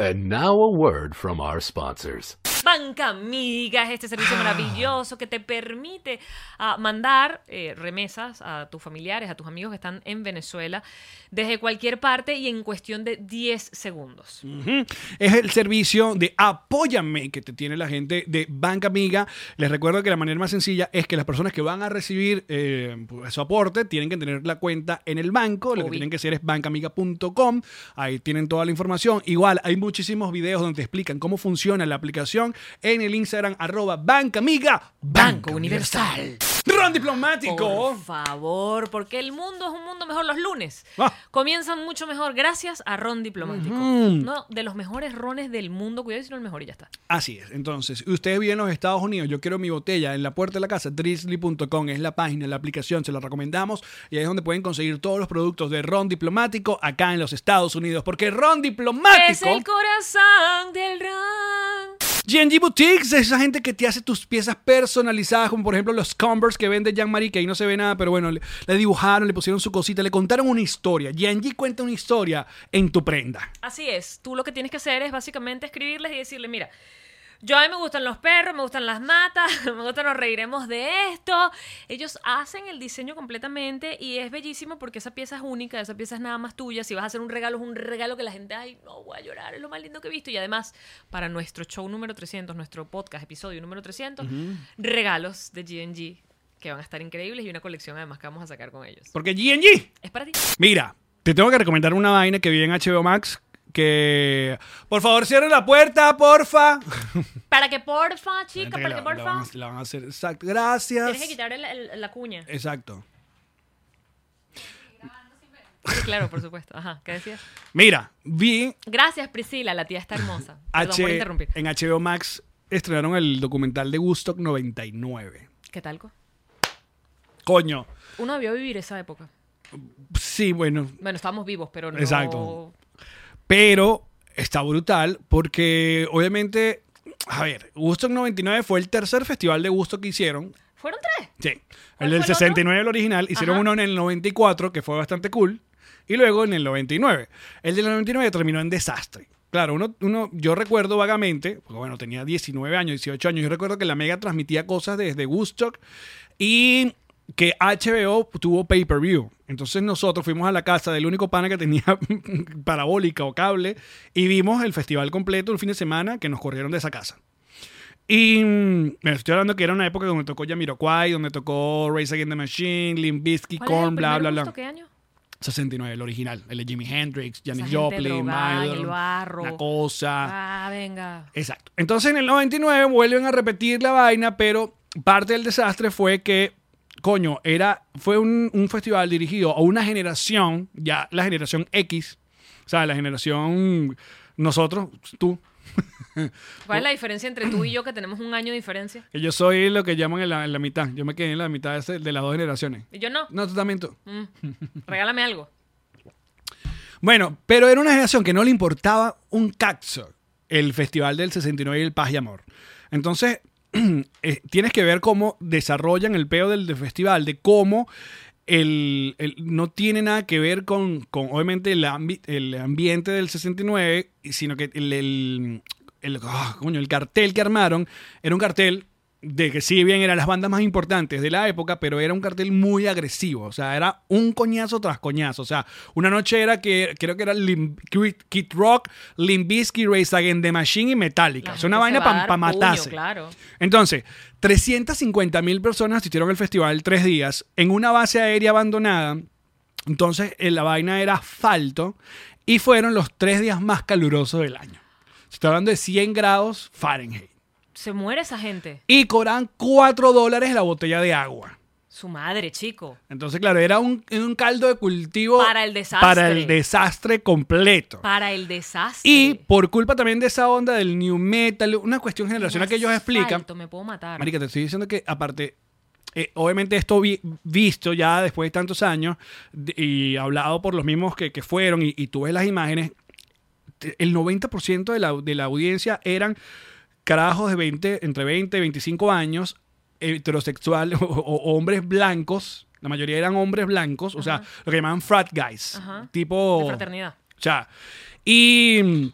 F: And now a word from our sponsors.
E: Banca Amiga es este
D: Ah.
E: servicio maravilloso que te permite ah, mandar eh, remesas a tus familiares, a tus amigos que están en Venezuela, desde cualquier parte y en cuestión de 10 segundos.
D: Ujú. Es el servicio de Apóyame que te tiene la gente de Banca Amiga. Les recuerdo que la manera más sencilla es que las personas que van a recibir eh, su aporte tienen que tener la cuenta en el banco. Lo que
E: Obvio.
D: tienen que hacer es bancamiga.com. Ahí tienen toda la información. Igual hay muchísimos videos donde te explican cómo funciona la aplicación en el Instagram arroba Banca Amiga
E: Banco Universal.
D: Ron Diplomático.
E: Por favor, porque el mundo es un mundo mejor los lunes.
D: Ah.
E: Comienzan mucho mejor gracias a Ron Diplomático. Uno de los mejores rones del mundo. Cuidado si no el mejor y ya está.
D: Así es. Entonces, ustedes viven en los Estados Unidos, yo quiero mi botella en la puerta de la casa, drizzly.com es la página, la aplicación, se la recomendamos y ahí es donde pueden conseguir todos los productos de Ron Diplomático acá en los Estados Unidos, porque Ron
E: Es el
D: Diplomático,
E: corazón del Ron.
D: G&G Boutiques, es esa gente que te hace tus piezas personalizadas, como por ejemplo los Converse que vende Jean-Marie, que ahí no se ve nada, pero bueno, le, le dibujaron, le pusieron su cosita, le contaron una historia. G&G cuenta una historia en tu prenda.
E: Así es. Tú lo que tienes que hacer es básicamente escribirles y decirle, mira, yo a mí me gustan los perros, me gustan las matas, me gustan nos reiremos de esto. Ellos hacen el diseño completamente y es bellísimo porque esa pieza es única, esa pieza es nada más tuya. Si vas a hacer un regalo, es un regalo que la gente, ay, no voy a llorar, es lo más lindo que he visto. Y además, para nuestro show número 300, nuestro podcast, episodio número 300, regalos de GNG que van a estar increíbles y una colección además que vamos a sacar con ellos.
D: Porque G&G
E: Es para ti.
D: Mira, te tengo que recomendar una vaina que vi en HBO Max que... Por favor, cierre la puerta, porfa.
E: Para que porfa, chica, para
D: La-
E: que
D: la van
E: porfa.
D: a- La van a hacer, exacto.
E: Tienes que
D: Gracias.
E: quitar el- el- la cuña.
D: Exacto.
E: Sí, claro, por supuesto. Ajá, ¿qué decías?
D: Mira, vi
E: Gracias, Priscila, la tía está hermosa. Perdón por
D: H-
E: interrumpir.
D: en HBO Max estrenaron el documental de Woodstock 99.
E: ¿Qué tal? co?
D: Coño.
E: Uno debió vivir esa época.
D: Sí, bueno,
E: Bueno, estábamos vivos, pero no...
D: Exacto. pero está brutal porque obviamente, a ver, Woodstock 99 fue el tercer festival de Woodstock que hicieron
E: ¿Fueron tres?
D: Sí.
E: ¿Cuál
D: El del
E: fue el otro?
D: 69, el original. Hicieron
E: Ajá.
D: uno en el 94, que fue bastante cool. Y luego en el 99. El del 99 terminó en desastre. Claro, uno, uno, yo recuerdo vagamente, porque bueno, tenía 19 años, 18 años, yo recuerdo que la Mega transmitía cosas desde Woodstock y que HBO tuvo pay-per-view. Entonces nosotros fuimos a la casa del único pana que tenía parabólica o cable y vimos el festival completo el fin de semana que nos corrieron de esa casa. Y mm, bueno, estoy hablando que era una época donde tocó Yamiroquai, donde tocó Race Against the Machine, Limp Bizkit,
E: ¿Cuál es el
D: Korn, bla,
E: primer
D: bla, bla.
E: gusto? ¿Qué año?
D: 69, el original. El de Jimi Hendrix, Janis
E: gente
D: Joplin,
E: drogada en
D: Maiden,
E: el barro.
D: La Cosa.
E: Ah, venga.
D: Exacto. Entonces en el 99 vuelven a repetir la vaina, pero parte del desastre fue que, coño, era, fue un, un festival dirigido a una generación, ya la generación X, o sea, la generación nosotros, tú,
E: ¿Cuál es la diferencia entre tú y yo que tenemos un año de diferencia?
D: que yo soy lo que llaman en la, en la mitad, yo me quedé en la mitad de, ese- de las dos generaciones.
E: Y yo no.
D: No, tú también tú.
E: Mm. Regálame algo.
D: Bueno, pero era una generación que no le importaba un caxo el Festival del 69 y el Paz y Amor. Entonces, eh, tienes que ver cómo desarrollan el peo del, del festival, de cómo el, el- no tiene nada que ver con, con, obviamente, el, ambi- el ambiente del 69, sino que el, el, el- ah, coño, el cartel que armaron era un cartel de que sí bien eran las bandas más importantes de la época, pero era un cartel muy agresivo, o sea, era un coñazo tras coñazo, o sea, una noche era que creo que era Limp- Kid Kid Rock, Limbisky, Race Against the Machine y Metallica,
E: La
D: o sea, una vaina
E: gente se va
D: para
E: a dar puño,
D: matarse.
E: claro.
D: Entonces, 350 mil personas asistieron al festival tres días en una base aérea abandonada. Entonces, eh, la vaina era asfalto y fueron los tres días más calurosos del año. Se está hablando de 100 grados Fahrenheit.
E: Se muere esa gente.
D: Y cobraban 4 dólares la botella de agua.
E: Su madre, chico.
D: Entonces, claro, era un, un caldo de cultivo
E: Para el desastre.
D: para el desastre completo.
E: Para el desastre.
D: y por culpa también de esa onda del new metal, una cuestión generacional que ellos explican.
E: Asfalto, me puedo matar.
D: Marica, te estoy diciendo que aparte, eh, obviamente esto vi- visto ya después de tantos años de- y hablado por los mismos que, que fueron y, y tú ves las imágenes, te- el 90% de la, de la audiencia eran carajos de 20, entre 20 y 25 años, heterosexuales o, o hombres blancos. La mayoría eran hombres blancos, o sea, lo que llamaban frat guys.
E: Ajá.
D: Tipo.
E: De fraternidad.
D: O sea, y mm,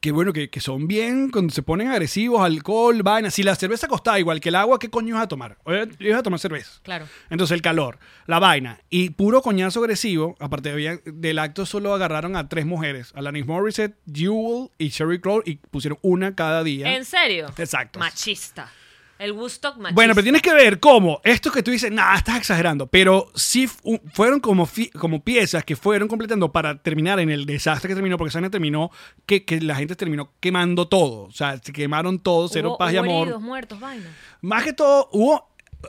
D: que bueno, que, que son bien cuando se ponen agresivos, alcohol, vaina. Si la cerveza costaba igual que el agua, ¿qué coño ibas a tomar? Oye, Ibas a tomar cerveza.
E: Claro.
D: Entonces el calor, la vaina y puro coñazo agresivo. Aparte había- del acto solo agarraron a tres mujeres, Alanis Morissette, Jewel y Sherry Crow y pusieron una cada día.
E: ¿En serio?
D: Exacto.
E: Machista. El Woodstock machista.
D: Bueno, pero tienes que ver cómo esto que tú dices, nada, estás exagerando, pero sí fu- fueron como, fi- como piezas que fueron completando para terminar en el desastre que terminó, porque Sania terminó, que, que la gente terminó quemando todo, o sea, se quemaron todo, cero
E: Hubo-
D: paz y
E: hubo
D: amor.
E: heridos, muertos, vaina.
D: Más que todo, hubo,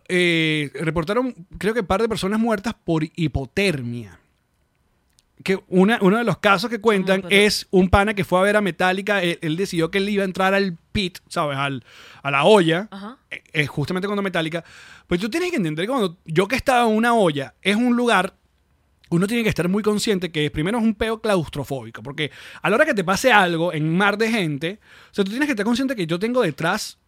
D: eh, reportaron creo que un par de personas muertas por hipotermia. Que una, uno de los casos que cuentan
E: Ah, pero-
D: es un pana que fue a ver a Metallica, él, él decidió que él iba a entrar al pit, ¿sabes? Al, a la olla,
E: Ajá.
D: eh, eh, justamente cuando Metallica. Pero tú tienes que entender que cuando yo que estaba en una olla, es un lugar uno tiene que estar muy consciente que primero es un peo claustrofóbico, porque a la hora que te pase algo en mar de gente, o sea, tú tienes que estar consciente que yo tengo detrás,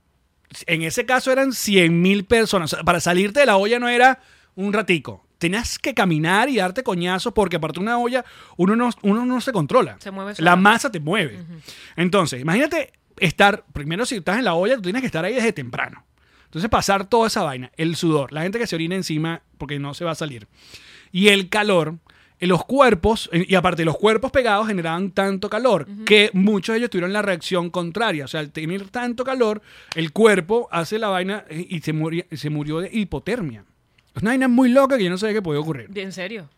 D: en ese caso eran 100.000 personas, O sea, para salirte de la olla no era un ratico, tenías que caminar y darte coñazos porque aparte de una olla uno no, uno no se controla,
E: Se mueve sola.
D: la masa te mueve. Entonces, imagínate estar, primero si estás en la olla, tú tienes que estar ahí desde temprano. Entonces pasar toda esa vaina, el sudor, la gente que se orina encima porque no se va a salir y el calor, eh, los cuerpos, eh, y aparte los cuerpos pegados generaban tanto calor que muchos de ellos tuvieron la reacción contraria. O sea, al tener tanto calor, el cuerpo hace la vaina eh, y se, muri- se murió de hipotermia. Es una vaina muy loca que yo no sabía que podía ocurrir.
E: ¿En serio?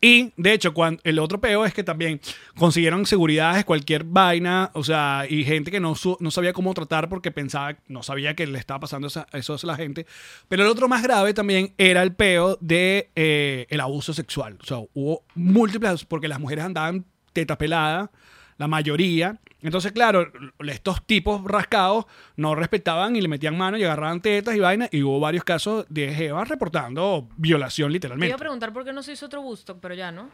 D: Y de hecho, cuan- el otro peo es que también consiguieron seguridades, cualquier vaina, o sea, y gente que no, su- no sabía cómo tratar porque pensaba, no sabía que le estaba pasando esa- eso a la gente. Pero el otro más grave también era el peo de eh, el abuso sexual. O sea, hubo múltiples, porque las mujeres andaban teta pelada, la mayoría. Entonces, claro, estos tipos rascados no respetaban y le metían mano y agarraban tetas y vainas. Y hubo varios casos de Jeva reportando violación
E: Te
D: literalmente.
E: iba a preguntar por qué no se hizo otro Woodstock, pero ya no.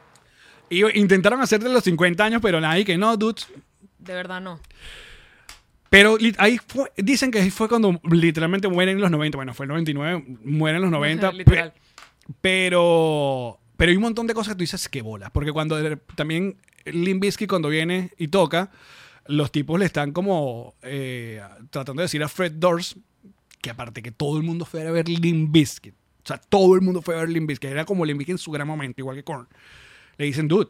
D: Y intentaron hacer de los 50 años, pero nadie que no, dudes.
E: De verdad no.
D: Pero li- ahí fue- dicen que ahí fue cuando literalmente mueren los 90. Bueno, fue el 99, mueren los 90. pe-
E: Literal.
D: pero, pero hay un montón de cosas que tú dices que bola. Porque cuando de- también Limbisky cuando viene y toca, los tipos le están como eh, tratando de decir a Fred Durst que aparte que todo el mundo fue a ver Limbisky. O sea, todo el mundo fue a ver Limbisky. Era como Limbisky en su gran momento, igual que Korn. Le dicen, dude,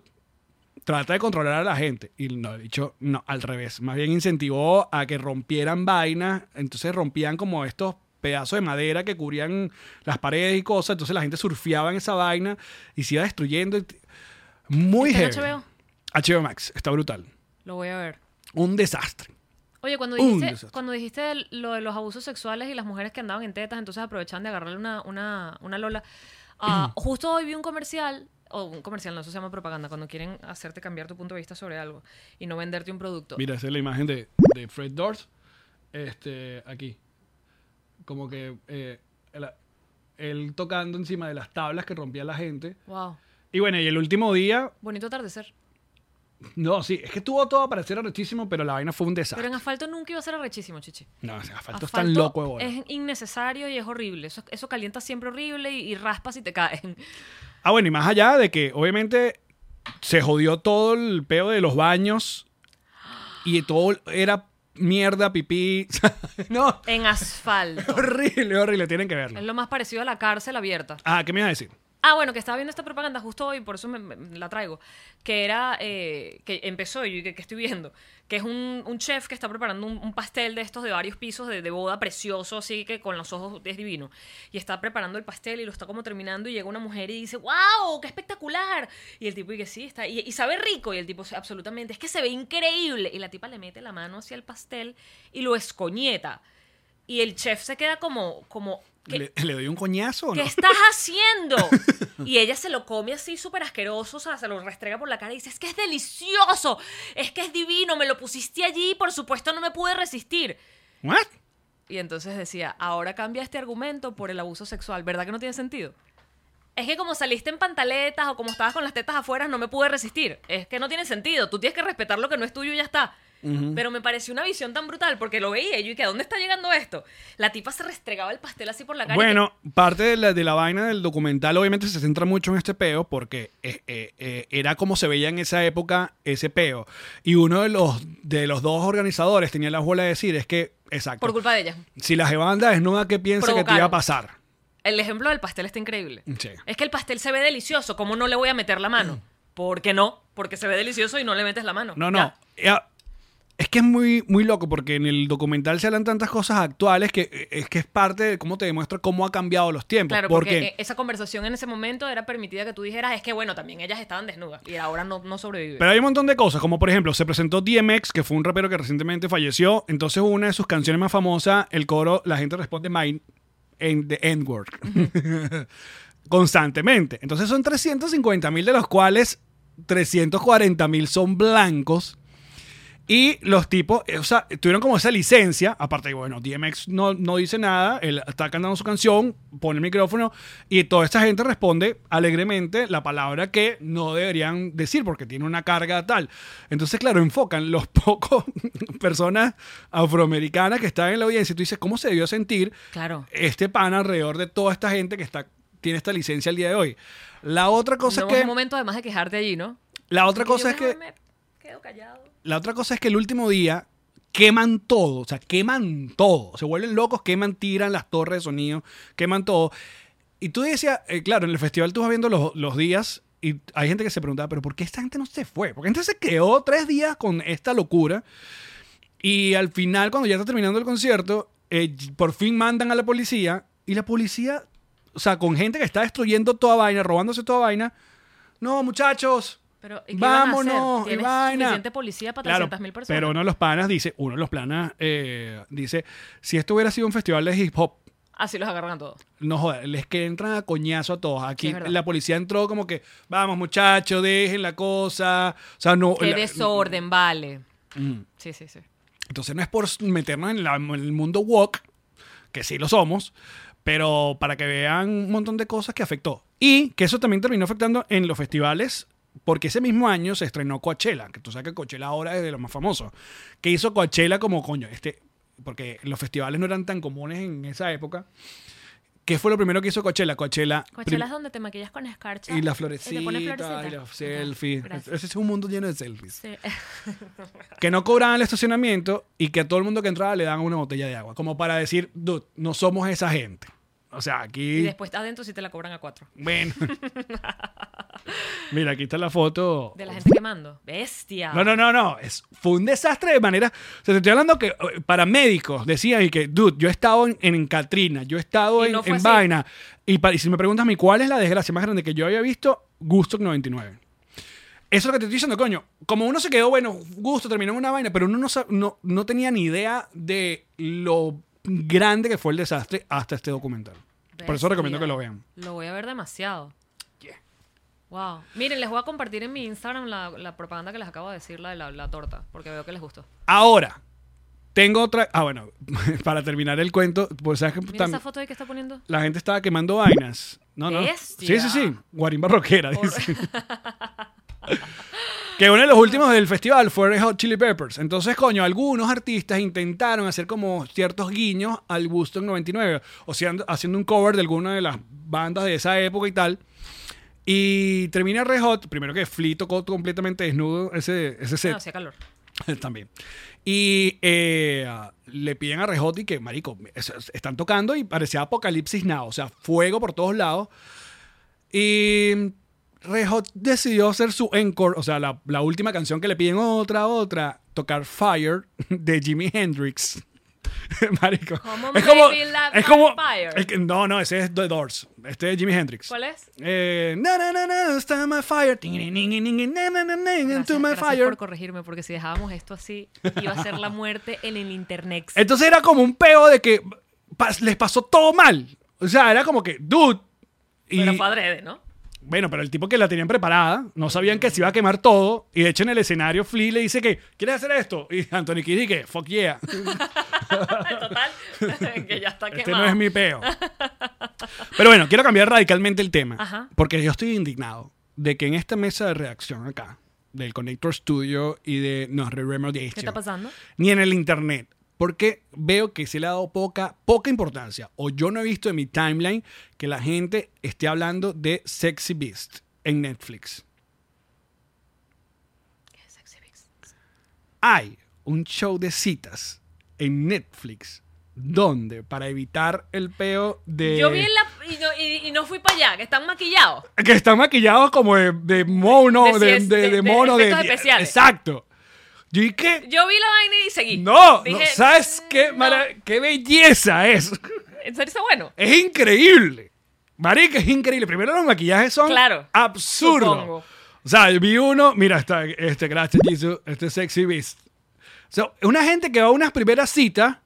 D: trata de controlar a la gente. Y no, he dicho, no, al revés. Más bien incentivó a que rompieran vainas. Entonces rompían como estos pedazos de madera que cubrían las paredes y cosas. Entonces la gente surfeaba en esa vaina y se iba destruyendo. Muy
E: ¿Está en
D: heavy.
E: HBO?
D: HBO Max, está brutal.
E: Lo voy a ver.
D: Un desastre.
E: Oye, cuando
D: Un
E: dijiste,
D: desastre.
E: cuando dijiste del- lo de los abusos sexuales y las mujeres que andaban en tetas, entonces aprovechaban de agarrarle una, una, una lola. Ah, Justo hoy vi un comercial, o un comercial, no, eso se llama propaganda, cuando quieren hacerte cambiar tu punto de vista sobre algo y no venderte un producto.
D: Mira, esa es la imagen de, de Fred Durst. Este, aquí. Como que eh, él, él tocando encima de las tablas que rompía la gente.
E: Wow.
D: Y bueno, y el último día,
E: Bonito atardecer.
D: No, sí, es que tuvo todo para ser arrechísimo, pero la vaina fue un
E: Pero
D: desastre.
E: en asfalto nunca iba a ser arrechísimo, chichi.
D: No, o sea, asfalto, es tan loco de bola.
E: Es innecesario y es horrible. Eso, eso calienta siempre horrible y, y raspas y te caen.
D: Ah, bueno, y más allá de que obviamente se jodió todo el peo de los baños y todo era mierda, pipí. no,
E: En asfalto.
D: horrible, horrible, tienen que
E: es
D: verlo.
E: lo más parecido a la cárcel abierta.
D: Ah, ¿qué me ibas a decir?
E: Ah, bueno, que estaba viendo esta propaganda justo hoy, por eso me, me- la traigo. Que era. eh, que empezó y que, que estoy viendo. Que es un, un chef que está preparando un, un pastel de estos de varios pisos de, de boda precioso, así que con los ojos es divino. Y está preparando el pastel y lo está como terminando. Y llega una mujer y dice, ¡Wow! ¡Qué espectacular! Y el tipo, y que sí, está. Y, y sabe rico. Y el tipo, absolutamente. Es que se ve increíble. Y la tipa le mete la mano hacia el pastel y lo escoñeta. Y el chef se queda como. como ¿qué-
D: ¿Le, le doy un coñazo o no?
E: ¿Qué estás haciendo? Y ella se lo come así súper asqueroso, o sea, se lo restrega por la cara y dice, es que es delicioso, es que es divino, me lo pusiste allí, por supuesto no me pude resistir.
D: ¿What?
E: Y entonces decía, ahora cambia este argumento por el abuso sexual, ¿verdad que no tiene sentido? Es que como saliste en pantaletas o como estabas con las tetas afuera, no me pude resistir. Es que no tiene sentido, tú tienes que respetar lo que no es tuyo y ya está. Pero me pareció una visión tan brutal porque lo veía y yo, ¿y que a dónde está llegando esto? La tipa se restregaba el pastel así por la cara. y que-
D: Bueno, parte de la, de la vaina del documental obviamente se centra mucho en este peo porque eh, eh, eh, era como se veía en esa época ese peo. Y uno de los, de los dos organizadores tenía la bola de decir es que, exacto,
E: por culpa de ella.
D: si la jevanda desnuda, ¿qué piensa que te iba a
E: Provocaron.
D: pasar?
E: El ejemplo del pastel está increíble.
D: Sí.
E: Es que el pastel se ve delicioso. ¿Cómo no le voy a meter la mano? ¿Por qué no? Porque se ve delicioso y no le metes la mano.
D: No, no.
E: Ya.
D: Ya, Es que es muy, muy loco porque en el documental se hablan tantas cosas actuales que eh, es que es parte de cómo te demuestra cómo ha cambiado los tiempos.
E: Claro, porque,
D: porque
E: eh, esa conversación en ese momento era permitida que tú dijeras, es que bueno, también ellas estaban desnudas y ahora no, no sobreviven.
D: Pero hay un montón de cosas, como por ejemplo, se presentó DMX, que fue un rapero que recientemente falleció. Entonces, una de sus canciones más famosas, el coro, la gente responde Mine en The End Word. Constantemente. Entonces, son 350 mil, de los cuales 340 mil son blancos. Y los tipos, eh, o sea, tuvieron como esa licencia, aparte, bueno, DMX no, no dice nada, él está cantando su canción, pone el micrófono y toda esta gente responde alegremente la palabra que no deberían decir porque tiene una carga tal. Entonces, claro, enfocan los pocos personas afroamericanas que están en la audiencia y tú dices, ¿cómo se debió sentir
E: Claro.
D: este pan alrededor de toda esta gente que está, tiene esta licencia el día de hoy? La otra cosa
E: no
D: es que...
E: un momento además de quejarte allí, ¿no?
D: La otra
E: Yo
D: cosa es que...
E: mejor me quedo callado.
D: La otra cosa es que el último día queman todo, o sea, queman todo. Se vuelven locos, queman, tiran las torres de sonido, queman todo. Y tú decías, eh, claro, en el festival tú vas viendo los, los días y hay gente que se preguntaba, pero ¿por qué esta gente no se fue? Porque gente se quedó tres días con esta locura. Y al final, cuando ya está terminando el concierto, eh, por fin mandan a la policía y la policía, o sea, con gente que está destruyendo toda vaina, robándose toda vaina. No, muchachos,
E: Pero, ¿y qué iban a hacer?
D: Vámonos,
E: ¿Tienes
D: Ivana.
E: suficiente policía para 300.000 personas?
D: Pero uno de los panas dice, uno de los planas eh, dice, si esto hubiera sido un festival de hip hop,
E: Así los agarran a todos.
D: no joder, les que entran a coñazo a todos.
E: Sí,
D: Aquí
E: es verdad.
D: la policía entró como que, vamos muchachos, dejen la cosa. O sea, no.
E: Qué
D: la- Mm.
E: desorden, vale. Sí, sí, sí.
D: entonces no es por meternos en, la- en el mundo walk, que sí lo somos, pero para que vean un montón de cosas que afectó. Y que eso también terminó afectando en los festivales, porque ese mismo año se estrenó Coachella, que tú sabes que Coachella ahora es de los más famosos, que hizo Coachella como coño, este, porque los festivales no eran tan comunes en esa época. ¿Qué fue lo primero que hizo Coachella? Coachella, prim-
E: Coachella es donde te maquillas con escarcha.
D: y las
E: te pones
D: florecitas, y,
E: florecita.
D: los selfies.
E: Ajá, gracias.
D: Ese es un mundo lleno de selfies
E: Sí.
D: que no cobraban el estacionamiento y que a todo el mundo que entraba le daban una botella de agua, como para decir, dude, no somos esa gente. O sea,
E: Y
D: aquí...
E: después adentro sí te la cobran a cuatro.
D: Bueno. Mira, aquí está la foto.
E: De la gente quemando. Bestia.
D: Oh. No, no, no, no. Es, fue un desastre de manera... O sea, te estoy hablando que eh, para médicos decían y que, dude, yo he estado en, en Katrina, yo he estado
E: Y
D: en,
E: no fue
D: en
E: así.
D: Vaina. Y, pa- y si me preguntas a mí cuál es la desgracia más grande que yo había visto, Gusto 99. Eso es lo que te estoy diciendo, coño. Como uno se quedó, bueno, gusto, terminó en una vaina, pero uno no, sa- no, no tenía ni idea de lo grande que fue el desastre hasta este documental. Por eso
E: Bestia.
D: recomiendo que lo vean.
E: Lo voy a ver demasiado. Wow. Miren, les voy a compartir en mi Instagram la, la propaganda que les acabo de decir, la de la, la torta, porque veo que les gustó.
D: Ahora, tengo otra. Ah, bueno, para terminar el cuento, pues sabes que
E: Mira
D: tam-
E: esa foto ahí que está poniendo.
D: la gente estaba quemando vainas. No, no. Sí,
E: Bestia.
D: sí, sí. Guarimba rockera, dice. Que uno de los últimos del festival fue Red Hot Chili Peppers. Entonces, coño, algunos artistas intentaron hacer como ciertos guiños al Gusto en 99, o sea, and- haciendo un cover de alguna de las bandas de esa época y tal. Y termina Red Hot, primero que Flea tocó completamente desnudo ese, ese set.
E: No, Ah, hacía calor.
D: También. Y eh, le piden a Rejotti que, marico, es- es- están tocando y parecía apocalipsis now, o sea, fuego por todos lados. Y Rejot decidió hacer su encore, o sea, la, la última canción que le piden otra, otra, tocar Fire de Jimi Hendrix. Marico.
E: ¿Cómo
D: es como,
E: Maybe Love
D: es como-
E: Fire?
D: es que- no, no, ese es The Doors. Este es Jimi Hendrix.
E: ¿Cuál es?
D: Eh, na, na, na, na, stand my fire. Ting, ting, ting, ting, na, na, na, na, into
E: Gracias,
D: my
E: gracias
D: fire.
E: por corregirme, porque si dejábamos esto así, iba a ser la muerte en el internet.
D: Entonces era como un peo de que pas- les pasó todo mal. O sea, era como que, dude. Y,
E: Pero fue adrede, ¿no?
D: bueno, pero el tipo que la tenían preparada, no sabían que se iba a quemar todo. Y de hecho en el escenario, Flea le dice que, ¿quieres hacer esto? Y Anthony Kidd dice, fuck yeah.
E: Total, que ya está quemado.
D: Este no es mi peo. Pero bueno, quiero cambiar radicalmente el tema.
E: Ajá.
D: Porque yo estoy indignado de que en esta mesa de reacción acá, del Connector Studio y de No Remediation.
E: ¿Qué está pasando?
D: Ni en el internet. Porque veo que se le ha dado poca, poca importancia. O yo no he visto en mi timeline que la gente esté hablando de Sexy Beast en Netflix. hay un show de citas en Netflix donde para evitar el peo de
E: Yo vi en la, y, no, y- y no fui para allá, que están maquillados.
D: que están maquillados como de, de mono de,
E: De- de-
D: de- de
E: de- de
D: mono de,
E: efectos especiales.
D: exacto Yo dije, ¿qué?
E: Yo vi la vaina y seguí.
D: No,
E: Dije,
D: no, ¿sabes qué?
E: no.
D: mara- ¡Qué belleza es!
E: ¿En serio está bueno?
D: Es increíble. Marica, es increíble. Primero los maquillajes son
E: Claro,
D: absurdos.
E: supongo.
D: O sea, yo vi uno, mira, está, este, gracias Jesus, este sexy beast. O sea, una gente que va a unas primeras citas,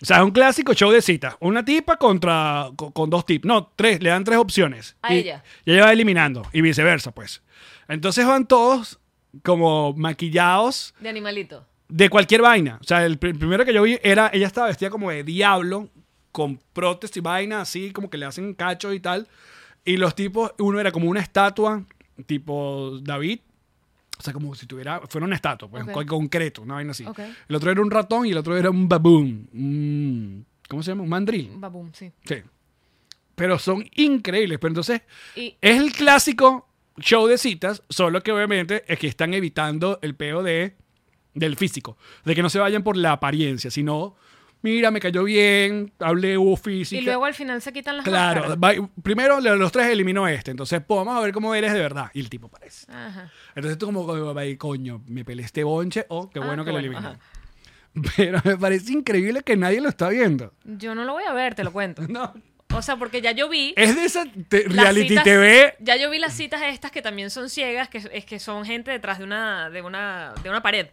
D: o sea, es un clásico show de citas. Una tipa contra, con, con dos tips, no, tres, le dan tres opciones.
E: A
D: y,
E: ella.
D: Y ella va eliminando, y viceversa, pues. Entonces van todos como maquillados
E: De animalito.
D: de cualquier vaina. O sea, el pr- primero que yo vi era, ella estaba vestida como de diablo, con prótesis y vaina, así como que le hacen cacho y tal. Y los tipos, uno era como una estatua, tipo David. O sea, como si tuviera, fuera una estatua, pues,
E: Ok.
D: con- concreto, una vaina así.
E: Ok.
D: El otro era un ratón y el otro era un baboon. un- ¿Cómo se llama? Un mandril.
E: Babum, sí.
D: Sí. Pero son increíbles. Pero entonces,
E: Y
D: es el clásico show de citas, solo que obviamente es que están evitando el peo de, del físico, de que no se vayan por la apariencia, sino, mira, me cayó bien, hablé hubo física.
E: y luego al final se quitan las
D: claro,
E: máscaras.
D: va- primero de los tres eliminó este, entonces, pues, vamos a ver cómo eres de verdad. Y el tipo parece.
E: Ajá.
D: Entonces tú como, co- ay, coño, me pelé este bonche, o qué
E: Ah,
D: bueno
E: qué
D: que lo
E: bueno,
D: eliminó. Pero me parece increíble que nadie lo está viendo.
E: Yo no lo voy a ver, te lo cuento.
D: No.
E: O sea, porque ya yo vi...
D: Es de esa te-
E: las
D: reality
E: citas-
D: TV
E: Ya yo vi las citas estas que también son ciegas, que es que son gente detrás de una, de una, de una pared.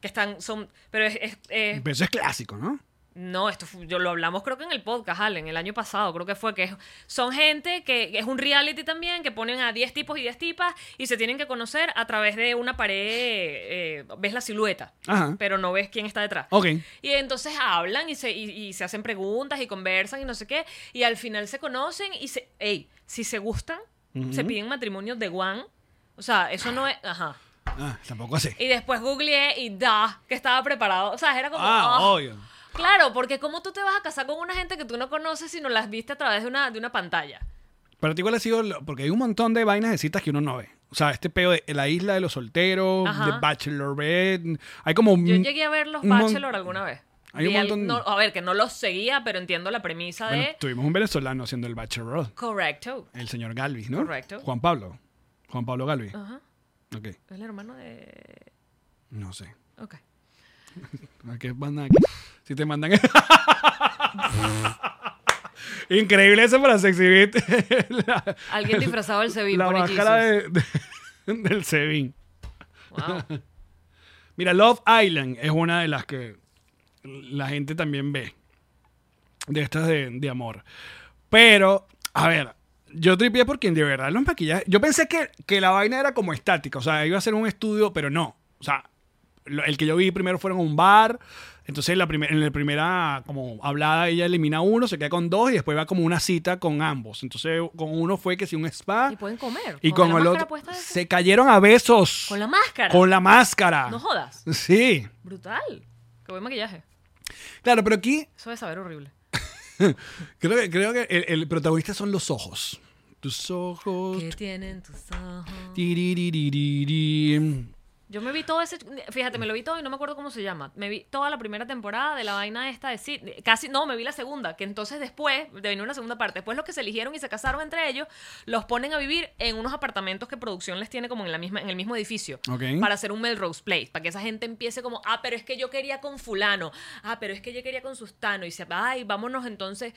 E: Que están, son, pero es, es- es-
D: Pero eso es clásico, ¿no?
E: no, esto fu- yo lo hablamos creo que en el podcast, Allen, el año pasado, creo que fue, que es- son gente que es un reality también, que ponen a 10 tipos y 10 tipas y se tienen que conocer a través de una pared, eh, ves la silueta,
D: Ajá.
E: pero no ves quién está detrás.
D: Ok.
E: Y entonces hablan y se, y, y se hacen preguntas y conversan y no sé qué. Y al final se conocen y se. Ey, si se gustan, se piden matrimonio de Juan. O sea, eso no es. Ajá.
D: Ah, tampoco así.
E: Y después googleé y da, que estaba preparado. O sea, era como.
D: Ah,
E: ah.
D: obvio.
E: Claro, porque ¿cómo tú te vas a casar con una gente que tú no conoces si no las viste a través de una, de una pantalla?
D: Pero te igual ha sido, lo- porque hay un montón de vainas de citas que uno no ve. O sea, este peo de la isla de los solteros,
E: Ajá.
D: de Bachelorette. Hay como. un-
E: Yo llegué a ver los
D: Mm, un mon-
E: Bachelor alguna vez.
D: Hay un
E: Vi al-
D: montón-
E: no, a ver, que no los seguía, pero entiendo la premisa
D: Bueno,
E: de.
D: tuvimos un venezolano haciendo el Bachelor,
E: Correcto.
D: el señor Galvis, ¿no?
E: Correcto.
D: Juan Pablo. Juan Pablo Galvis.
E: Ajá.
D: Ok,
E: El hermano de.
D: no sé.
E: Ok.
D: ¿A qué mandan aquí? Si te mandan. Increíble eso para Sexy Beat. la,
E: Alguien disfrazado del Sevilla.
D: la
E: pone
D: máscara
E: Jesus.
D: de- de- del Sebin.
E: Wow.
D: Mira, Love Island es una de las que la gente también ve. De estas de, de amor. Pero, a ver, yo tripié porque de verdad los maquillajes. Yo pensé que, que la vaina era como estática. O sea, iba a ser un estudio, pero no. O sea, lo- el que yo vi primero fueron a un bar. Entonces, la primer- en la primera como hablada, ella elimina uno, se queda con dos y después va como una cita con ambos. Entonces, con uno fue que si un spa.
E: Y pueden comer.
D: Y
E: con,
D: con,
E: la
D: el
E: máscara
D: otro.
E: puesta esa?
D: Se cayeron a besos.
E: Con la máscara.
D: Con la máscara.
E: No jodas.
D: Sí.
E: Brutal. Qué buen maquillaje.
D: Claro, pero aquí
E: Eso debe saber horrible.
D: creo que, creo que el, el protagonista son los ojos. Tus ojos.
E: ¿Qué tienen tus ojos?
D: Tiriririririm.
E: Yo me vi todo ese. Fíjate, me lo vi todo y no me acuerdo cómo se llama. Me vi toda la primera temporada de la vaina esta de Sid. Casi. No, me vi la segunda. Que entonces después de venir una segunda parte. Después los que se eligieron y se casaron entre ellos, los ponen a vivir en unos apartamentos que producción les tiene como en, la misma, en el mismo edificio.
D: Ok.
E: Para hacer un Melrose Place. Para que esa gente empiece como, ah, pero es que yo quería con Fulano. Ah, pero es que yo quería con Sustano. Y se. Ay, vámonos entonces.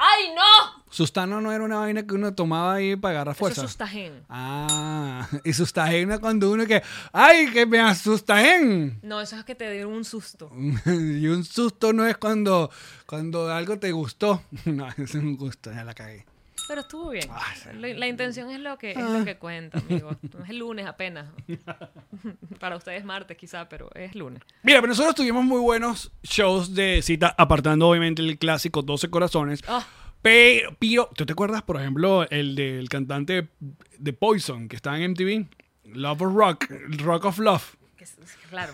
E: ¡Ay, no!
D: Sustano no era una vaina que uno tomaba ahí para agarrar fuerza.
E: Eso es Sustagen.
D: Ah, y sustagen es cuando uno que. ¡Ay, que me asustagen!
E: No, eso es que te dieron un susto.
D: y un susto no es cuando, cuando algo te gustó. no, es un gusto, ya la cagué.
E: Pero estuvo bien. La, la intención es lo que es
D: Ah.
E: lo que cuenta, amigo. Es el lunes apenas. Para ustedes martes quizá, pero es lunes.
D: Mira, pero nosotros tuvimos muy buenos shows de cita, apartando obviamente el clásico 12 corazones.
E: Ah.
D: Pero, pero, ¿tú te acuerdas, por ejemplo, el del cantante de Poison que está en MTV? Love of Rock, Rock of Love.
E: Que es- es que, claro.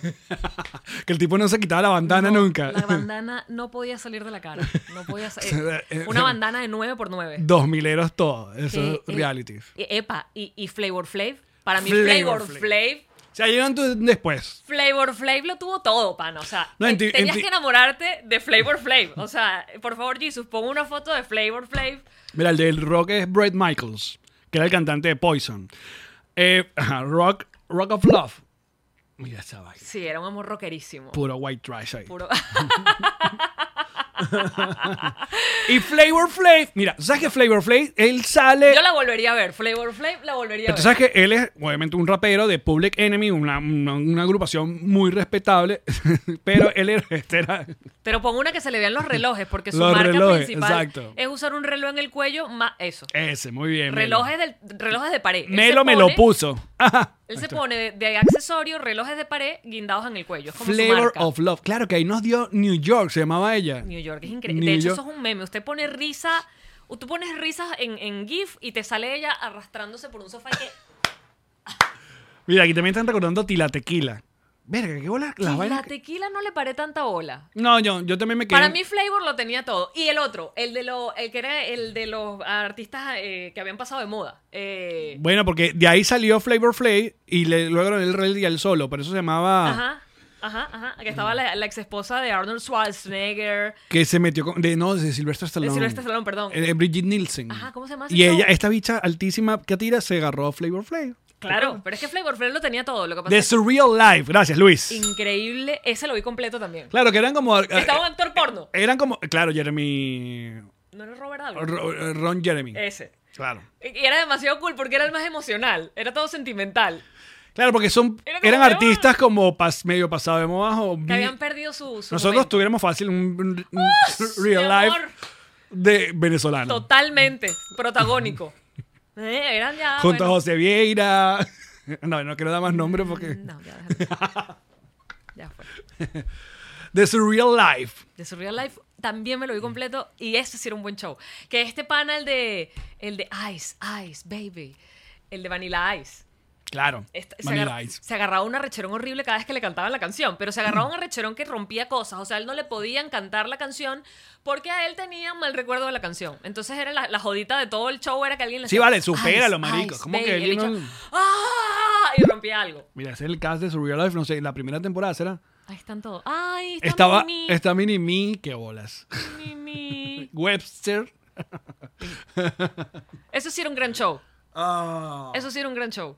D: Que el tipo no se quitaba la bandana
E: No,
D: nunca.
E: La bandana no podía salir de la cara. No podía sa- eh, Una bandana de 9 por 9
D: Dos mileros todos, esos
E: Que, eh,
D: realities.
E: eh, Epa, y, y Flavor Flav. Para mí
D: Flavor
E: Flavor,
D: Flav.
E: Flav.
D: O sea, llegan tú después.
E: Flavor Flav lo tuvo todo, pana. O sea,
D: No, en ti-
E: eh, tenías
D: en ti-
E: que enamorarte de Flavor Flav. O sea, por favor, Jesus, pon una foto de Flavor Flav.
D: Mira, el del rock es Bret Michaels, que era el cantante de Poison. Eh, ajá, rock, rock of Love. Mira esa vaina.
E: Sí, era un amor rockerísimo.
D: Puro white trash ahí.
E: Puro-
D: Y Flavor Flav. Mira, ¿sabes que Flavor Flav? Él sale.
E: Yo la volvería a ver. Flavor Flav la volvería
D: Pero
E: a
D: tú
E: ver.
D: sabes que él es obviamente un rapero de Public Enemy, una, una- una agrupación muy respetable, pero él era, este era-
E: Pero pon una que se le vean los relojes, porque su
D: Los
E: marca
D: relojes,
E: principal
D: exacto.
E: es usar un reloj en el cuello más eso.
D: ese, muy bien. Melo.
E: Relojes, del, relojes de pared. Él se
D: Melo me lo
E: pone-
D: puso. Ajá.
E: Él se pone de, de accesorio relojes de pared guindados en el cuello. Es como su
D: Flavor
E: marca.
D: of Love. Claro que ahí nos dio New York, se llamaba ella.
E: New York es increíble.
D: New
E: De hecho,
D: York.
E: eso es un meme. Usted pone risa, o tú pones risas en, en GIF y te sale ella arrastrándose por un sofá y que.
D: Mira, aquí también están recordando a Tila Tequila. Verga, qué bola las
E: Y la
D: vainas. que-
E: tequila no le paré tanta ola.
D: No, yo, yo también me quedé.
E: Para mí Flavor lo tenía todo. Y el otro, el de lo, el que era el de los artistas eh, que habían pasado de moda. Eh,
D: Bueno, porque de ahí salió Flavor Flav y le, luego el Rey y el solo, por eso se llamaba.
E: Ajá, ajá, ajá. Que estaba la, la ex esposa de Arnold Schwarzenegger.
D: Que se metió con. De, no, de Silvestre
E: De
D: Stallone.
E: Silvestre Stallone, perdón.
D: Eh, Bridget Nielsen.
E: Ajá, ¿cómo se llama ese
D: Y ella,
E: show?
D: esta bicha altísima que tira, se agarró a Flavor Flav. eh,
E: Claro, pero es que Flavor Flav lo tenía todo. Lo que pasa
D: The
E: es
D: Surreal Life. Gracias, Luis.
E: increíble. Ese lo vi completo también.
D: Claro, que eran como. eh,
E: Estaba un actor porno.
D: Eran como. Claro, Jeremy.
E: No era Robert Downey.
D: Ro- Ron Jeremy.
E: Ese.
D: Claro.
E: Y era demasiado cool porque era el más emocional. Era todo sentimental.
D: Claro, porque son,
E: Era como
D: eran
E: de-
D: artistas como pas- medio pasado de moda. o
E: Que
D: bi-
E: habían perdido su. su
D: Nosotros
E: momento. ¡Ah!
D: tuviéramos fácil un, un- un
E: mi
D: real life
E: amor.
D: de venezolano.
E: Totalmente protagónico. Eh, eran ya.
D: Junto
E: bueno. Mm.
D: a José Vieira. No, no quiero dar más nombres porque.
E: No, ya, déjalo. ya fue.
D: The Surreal Life.
E: De Surreal Life también me lo vi completo y ese sí era un buen show. Que este pana, el de, el de Ice, Ice, Baby, el de Vanilla Ice.
D: Claro.
E: Esta- se,
D: Vanilla
E: agarra-
D: Ice.
E: se agarraba un arrecherón horrible cada vez que le cantaban la canción, pero se agarraba un arrecherón que rompía cosas. O sea, él no le podían cantar la canción porque a él tenía un mal recuerdo de la canción. Entonces era la, la jodita de todo el show, era que alguien le
D: Sí,
E: decía,
D: vale, supéralo,
E: "Ice,
D: marico.
E: Ice,
D: ¿Cómo
E: Baby",
D: que
E: y el
D: él no-
E: bicho, "Ah", Y rompía algo.
D: Mira, ese es el cast de Surreal Life. No sé, la primera temporada será.
E: Ahí están todos. Ay, está
D: Estaba.
E: Mimi,
D: Está Mini Me, qué bolas.
E: Mimi.
D: Webster.
E: Eso sí era un gran show.
D: Ah.
E: Eso sí era un gran show.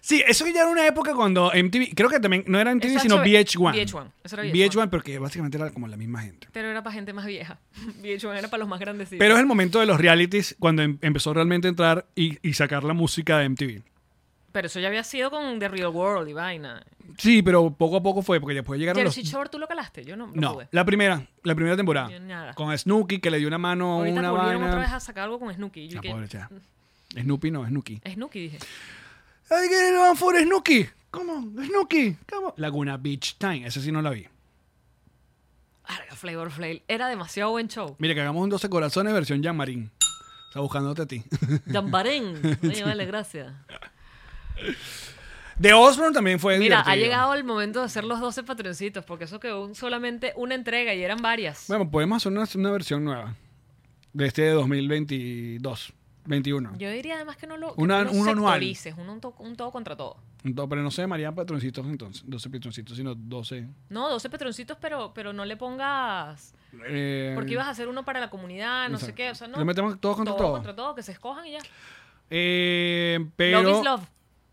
D: Sí, eso ya era una época cuando MTV. Creo que también. No era MTV,
E: Eso
D: sino
E: era
D: VH1.
E: VH1, eso era VH1.
D: VH1, porque básicamente era como la misma gente.
E: Pero era para gente más vieja. VH1 era para los más grandes.
D: Pero es el momento de los realities cuando em- empezó realmente a entrar y, y sacar la música de MTV.
E: Pero eso ya había sido con The Real World y vaina.
D: Sí, pero poco a poco fue, porque después llegaron
E: Jersey
D: los...
E: Shore, ¿tú lo calaste? Yo no, no,
D: No,
E: pude.
D: la primera, la primera temporada.
E: Yo nada.
D: Con Snooki, que le dio una mano a
E: Ahorita
D: una
E: volvieron otra vez
D: vaina.
E: a sacar algo con Snooki. Yo
D: La
E: dije,
D: pobre ya. Snoopy no, Snooki.
E: Snooki, dije.
D: ¡Ay, que van for Snooki! ¿Cómo? ¿Snooki? ¿Cómo? Laguna Beach Time, esa sí no la vi.
E: Arga, "Ah, Flavor Flav. Era demasiado buen show.
D: Mira, que hagamos un 12 corazones versión Jean Marín. Está buscándote a ti.
E: Jambarén. Oye, vale, gracias.
D: De Osborne también fue
E: Mira, ha
D: divertido.
E: llegado el momento de hacer los 12 patroncitos, porque eso quedó solamente una entrega y eran varias.
D: Bueno, podemos hacer una, una versión nueva de este de 2022, 21.
E: Yo diría además que no lo que
D: Una-
E: no lo
D: un anual.
E: sectorices, un, un to- un todo contra todo.
D: Entonces, pero no se llamarían patroncitos entonces, 12 patroncitos, sino 12.
E: No, 12 patroncitos, pero, pero no le pongas.
D: eh,
E: Porque ibas a hacer uno para la comunidad, no sé
D: exacto.
E: qué. O sea, no.
D: Le metemos todo contra todo.
E: contra todo, que se escojan y ya.
D: eh, pero
E: Love is love.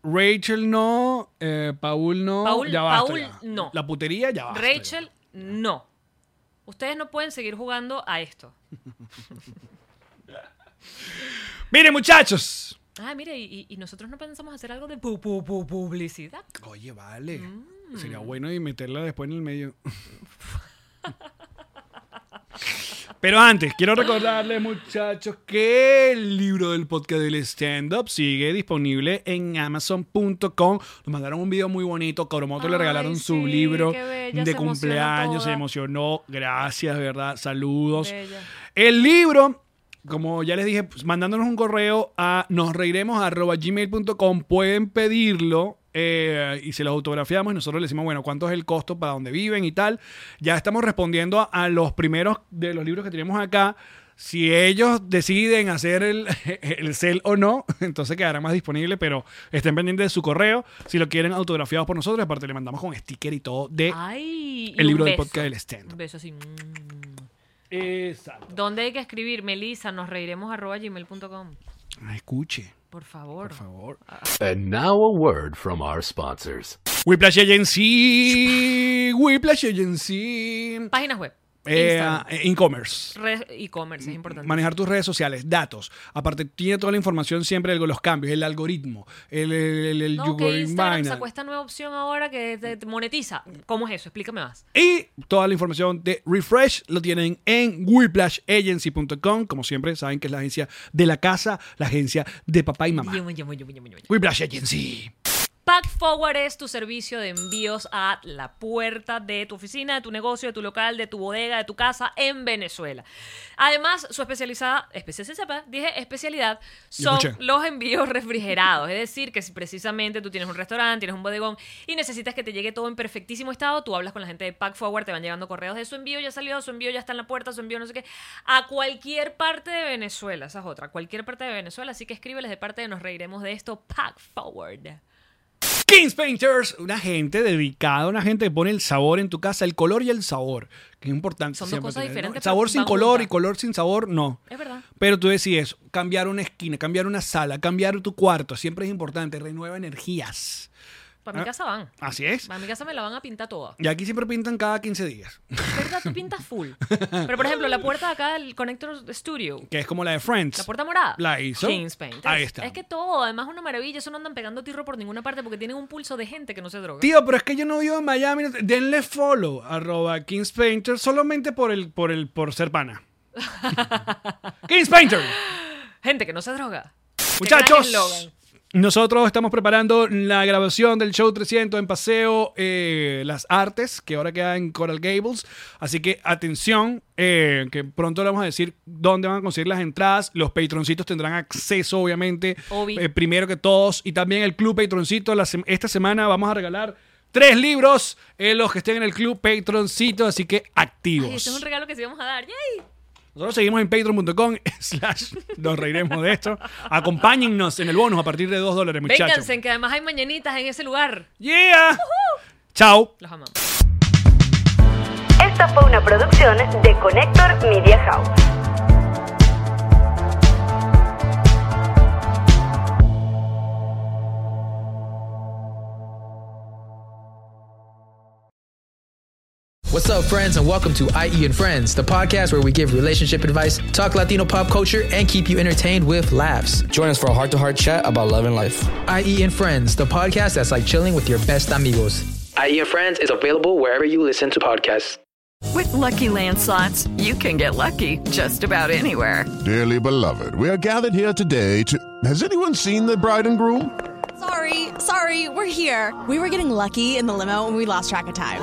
D: Rachel no, eh, Paul no,
E: Paul-
D: ya basta,
E: Paul
D: ya.
E: no.
D: La putería ya basta. ya.
E: Rachel, no. Ustedes no pueden seguir jugando a esto.
D: Miren, muchachos.
E: Ah, mire, y- y, y nosotros no pensamos hacer algo de pu- pu- pu- publicidad.
D: Oye, vale.
E: Mm.
D: Sería bueno y meterla después en el medio. Pero antes, quiero recordarles, muchachos, que el libro del podcast del stand-up sigue disponible en Amazon.com. Nos mandaron un video muy bonito. Coromoto le
E: Ay,
D: regalaron su
E: sí,
D: libro
E: qué bella,
D: de
E: se emocionó
D: cumpleaños. Se
E: toda.
D: emocionó. Gracias, ¿verdad? Saludos.
E: Bella.
D: El libro, como ya les dije, pues, mandándonos un correo a nosreiremos.gmail.com pueden pedirlo eh, y se los autografiamos y nosotros les decimos, bueno, cuánto es el costo para donde viven y tal. Ya estamos respondiendo a, a los primeros de los libros que tenemos acá. Si ellos deciden hacer el, el sell o no, entonces quedará más disponible, pero estén pendientes de su correo. Si lo quieren autografiados por nosotros, aparte le mandamos con sticker y todo de
E: Ay, Ah, y
D: Eh, el
E: un
D: libro del
E: beso.
D: podcast del stand.
E: Un beso así. mm.
D: Exacto.
E: ¿Dónde hay que escribir? Melissa, nos reiremos arroba gmail.com.
D: Ah, escuche.
E: Por favor.
D: Por favor.
F: And now a word from our sponsors.
D: Whiplash Agency. Whiplash Agency.
E: Páginas web.
D: Eh,
E: Instagram,
D: eh, E-commerce.
E: red- E-commerce, es importante.
D: Manejar tus redes sociales, datos. Aparte, tiene toda la información siempre de los cambios, el algoritmo, el, el, el- el
E: no,
D: yugo
E: que Instagram
D: binary.
E: sacó esta nueva opción ahora que te- te monetiza. ¿Cómo es eso? Explícame más.
D: Y toda la información de Refresh lo tienen en whiplashagency.com. Como siempre, saben que es la agencia de la casa, la agencia de papá y mamá.
E: Yum, yum, yum, yum, yum, yum.
D: Whiplash Agency.
E: Pack Forward es tu servicio de envíos a la puerta de tu oficina, de tu negocio, de tu local, de tu bodega, de tu casa en Venezuela. Además, su especializada, especialidad, dije especialidad, son
D: escuché.
E: los envíos refrigerados. Es decir, que si precisamente tú tienes un restaurante, tienes un bodegón y necesitas que te llegue todo en perfectísimo estado, tú hablas con la gente de Pack Forward, te van llegando correos de su envío ya salió, su envío ya está en la puerta, su envío no sé qué, a cualquier parte de Venezuela. Esa es otra, cualquier parte de Venezuela. Así que escríbeles de parte de Nos Reiremos de esto, Pack Forward.
D: Kings Painters, una gente dedicada, una gente que pone el sabor en tu casa, el color y el sabor, que es importante.
E: Son dos
D: siempre
E: cosas
D: tener, ¿no?
E: diferentes,
D: El Sabor
E: pero
D: sin
E: van
D: color y
E: juntas.
D: color sin sabor, no.
E: Es verdad.
D: Pero tú decides cambiar una esquina, cambiar una sala, cambiar tu cuarto, siempre es importante, renueva energías.
E: Para mi
D: Ah.
E: casa van.
D: Así es.
E: Para mi casa me la van a pintar toda.
D: Y aquí siempre pintan cada 15 días,
E: ¿Verdad? Tú pintas full. Pero, por ejemplo, la puerta de acá del Connector Studio.
D: que es como la de Friends.
E: La puerta morada.
D: La hizo.
E: Kings Painters.
D: Ahí está.
E: Es que todo, además, es una maravilla. Eso no andan pegando tirro por ninguna parte porque tienen un pulso de gente que no se droga.
D: Tío, pero es que yo no vivo en Miami. no- Denle follow arroba Kings Painter solamente por el, por el, por ser pana. Kings Painter.
E: Gente que no se droga. Qué gran
D: Muchachos.
E: eslogan.
D: Nosotros estamos preparando la grabación del show 300 en Paseo eh, Las Artes, que ahora queda en Coral Gables. Así que atención, eh, que pronto le vamos a decir dónde van a conseguir las entradas. Los patroncitos tendrán acceso, obviamente,
E: Obvio.
D: eh, primero que todos. Y también el Club Patroncito. la sem- esta semana vamos a regalar tres libros en los que estén en el Club Patroncito. Así que activos.
E: Ay, este es un regalo que sí vamos a dar. ¡Yay!
D: Nosotros seguimos en patreon.com slash nos reiremos de esto. Acompáñennos en el bonus a partir de 2 dólares, muchachos.
E: Vénganse, que además hay mañanitas en ese lugar.
D: Yeah. Chao.
E: Los amamos.
B: Esta fue una producción de Connector Media House.
G: What's up, friends, and welcome to IE and Friends, the podcast where we give relationship advice, talk Latino pop culture, and keep you entertained with laughs.
H: Join us for a heart to heart chat about love and life.
G: IE and Friends, the podcast that's like chilling with your best amigos.
H: IE E and Friends is available wherever you listen to podcasts.
I: With Lucky Land slots, you can get lucky just about anywhere.
J: Dearly beloved, we are gathered here today to. Has anyone seen the bride and groom?
K: Sorry, sorry, we're here. We were getting lucky in the limo and we lost track of time.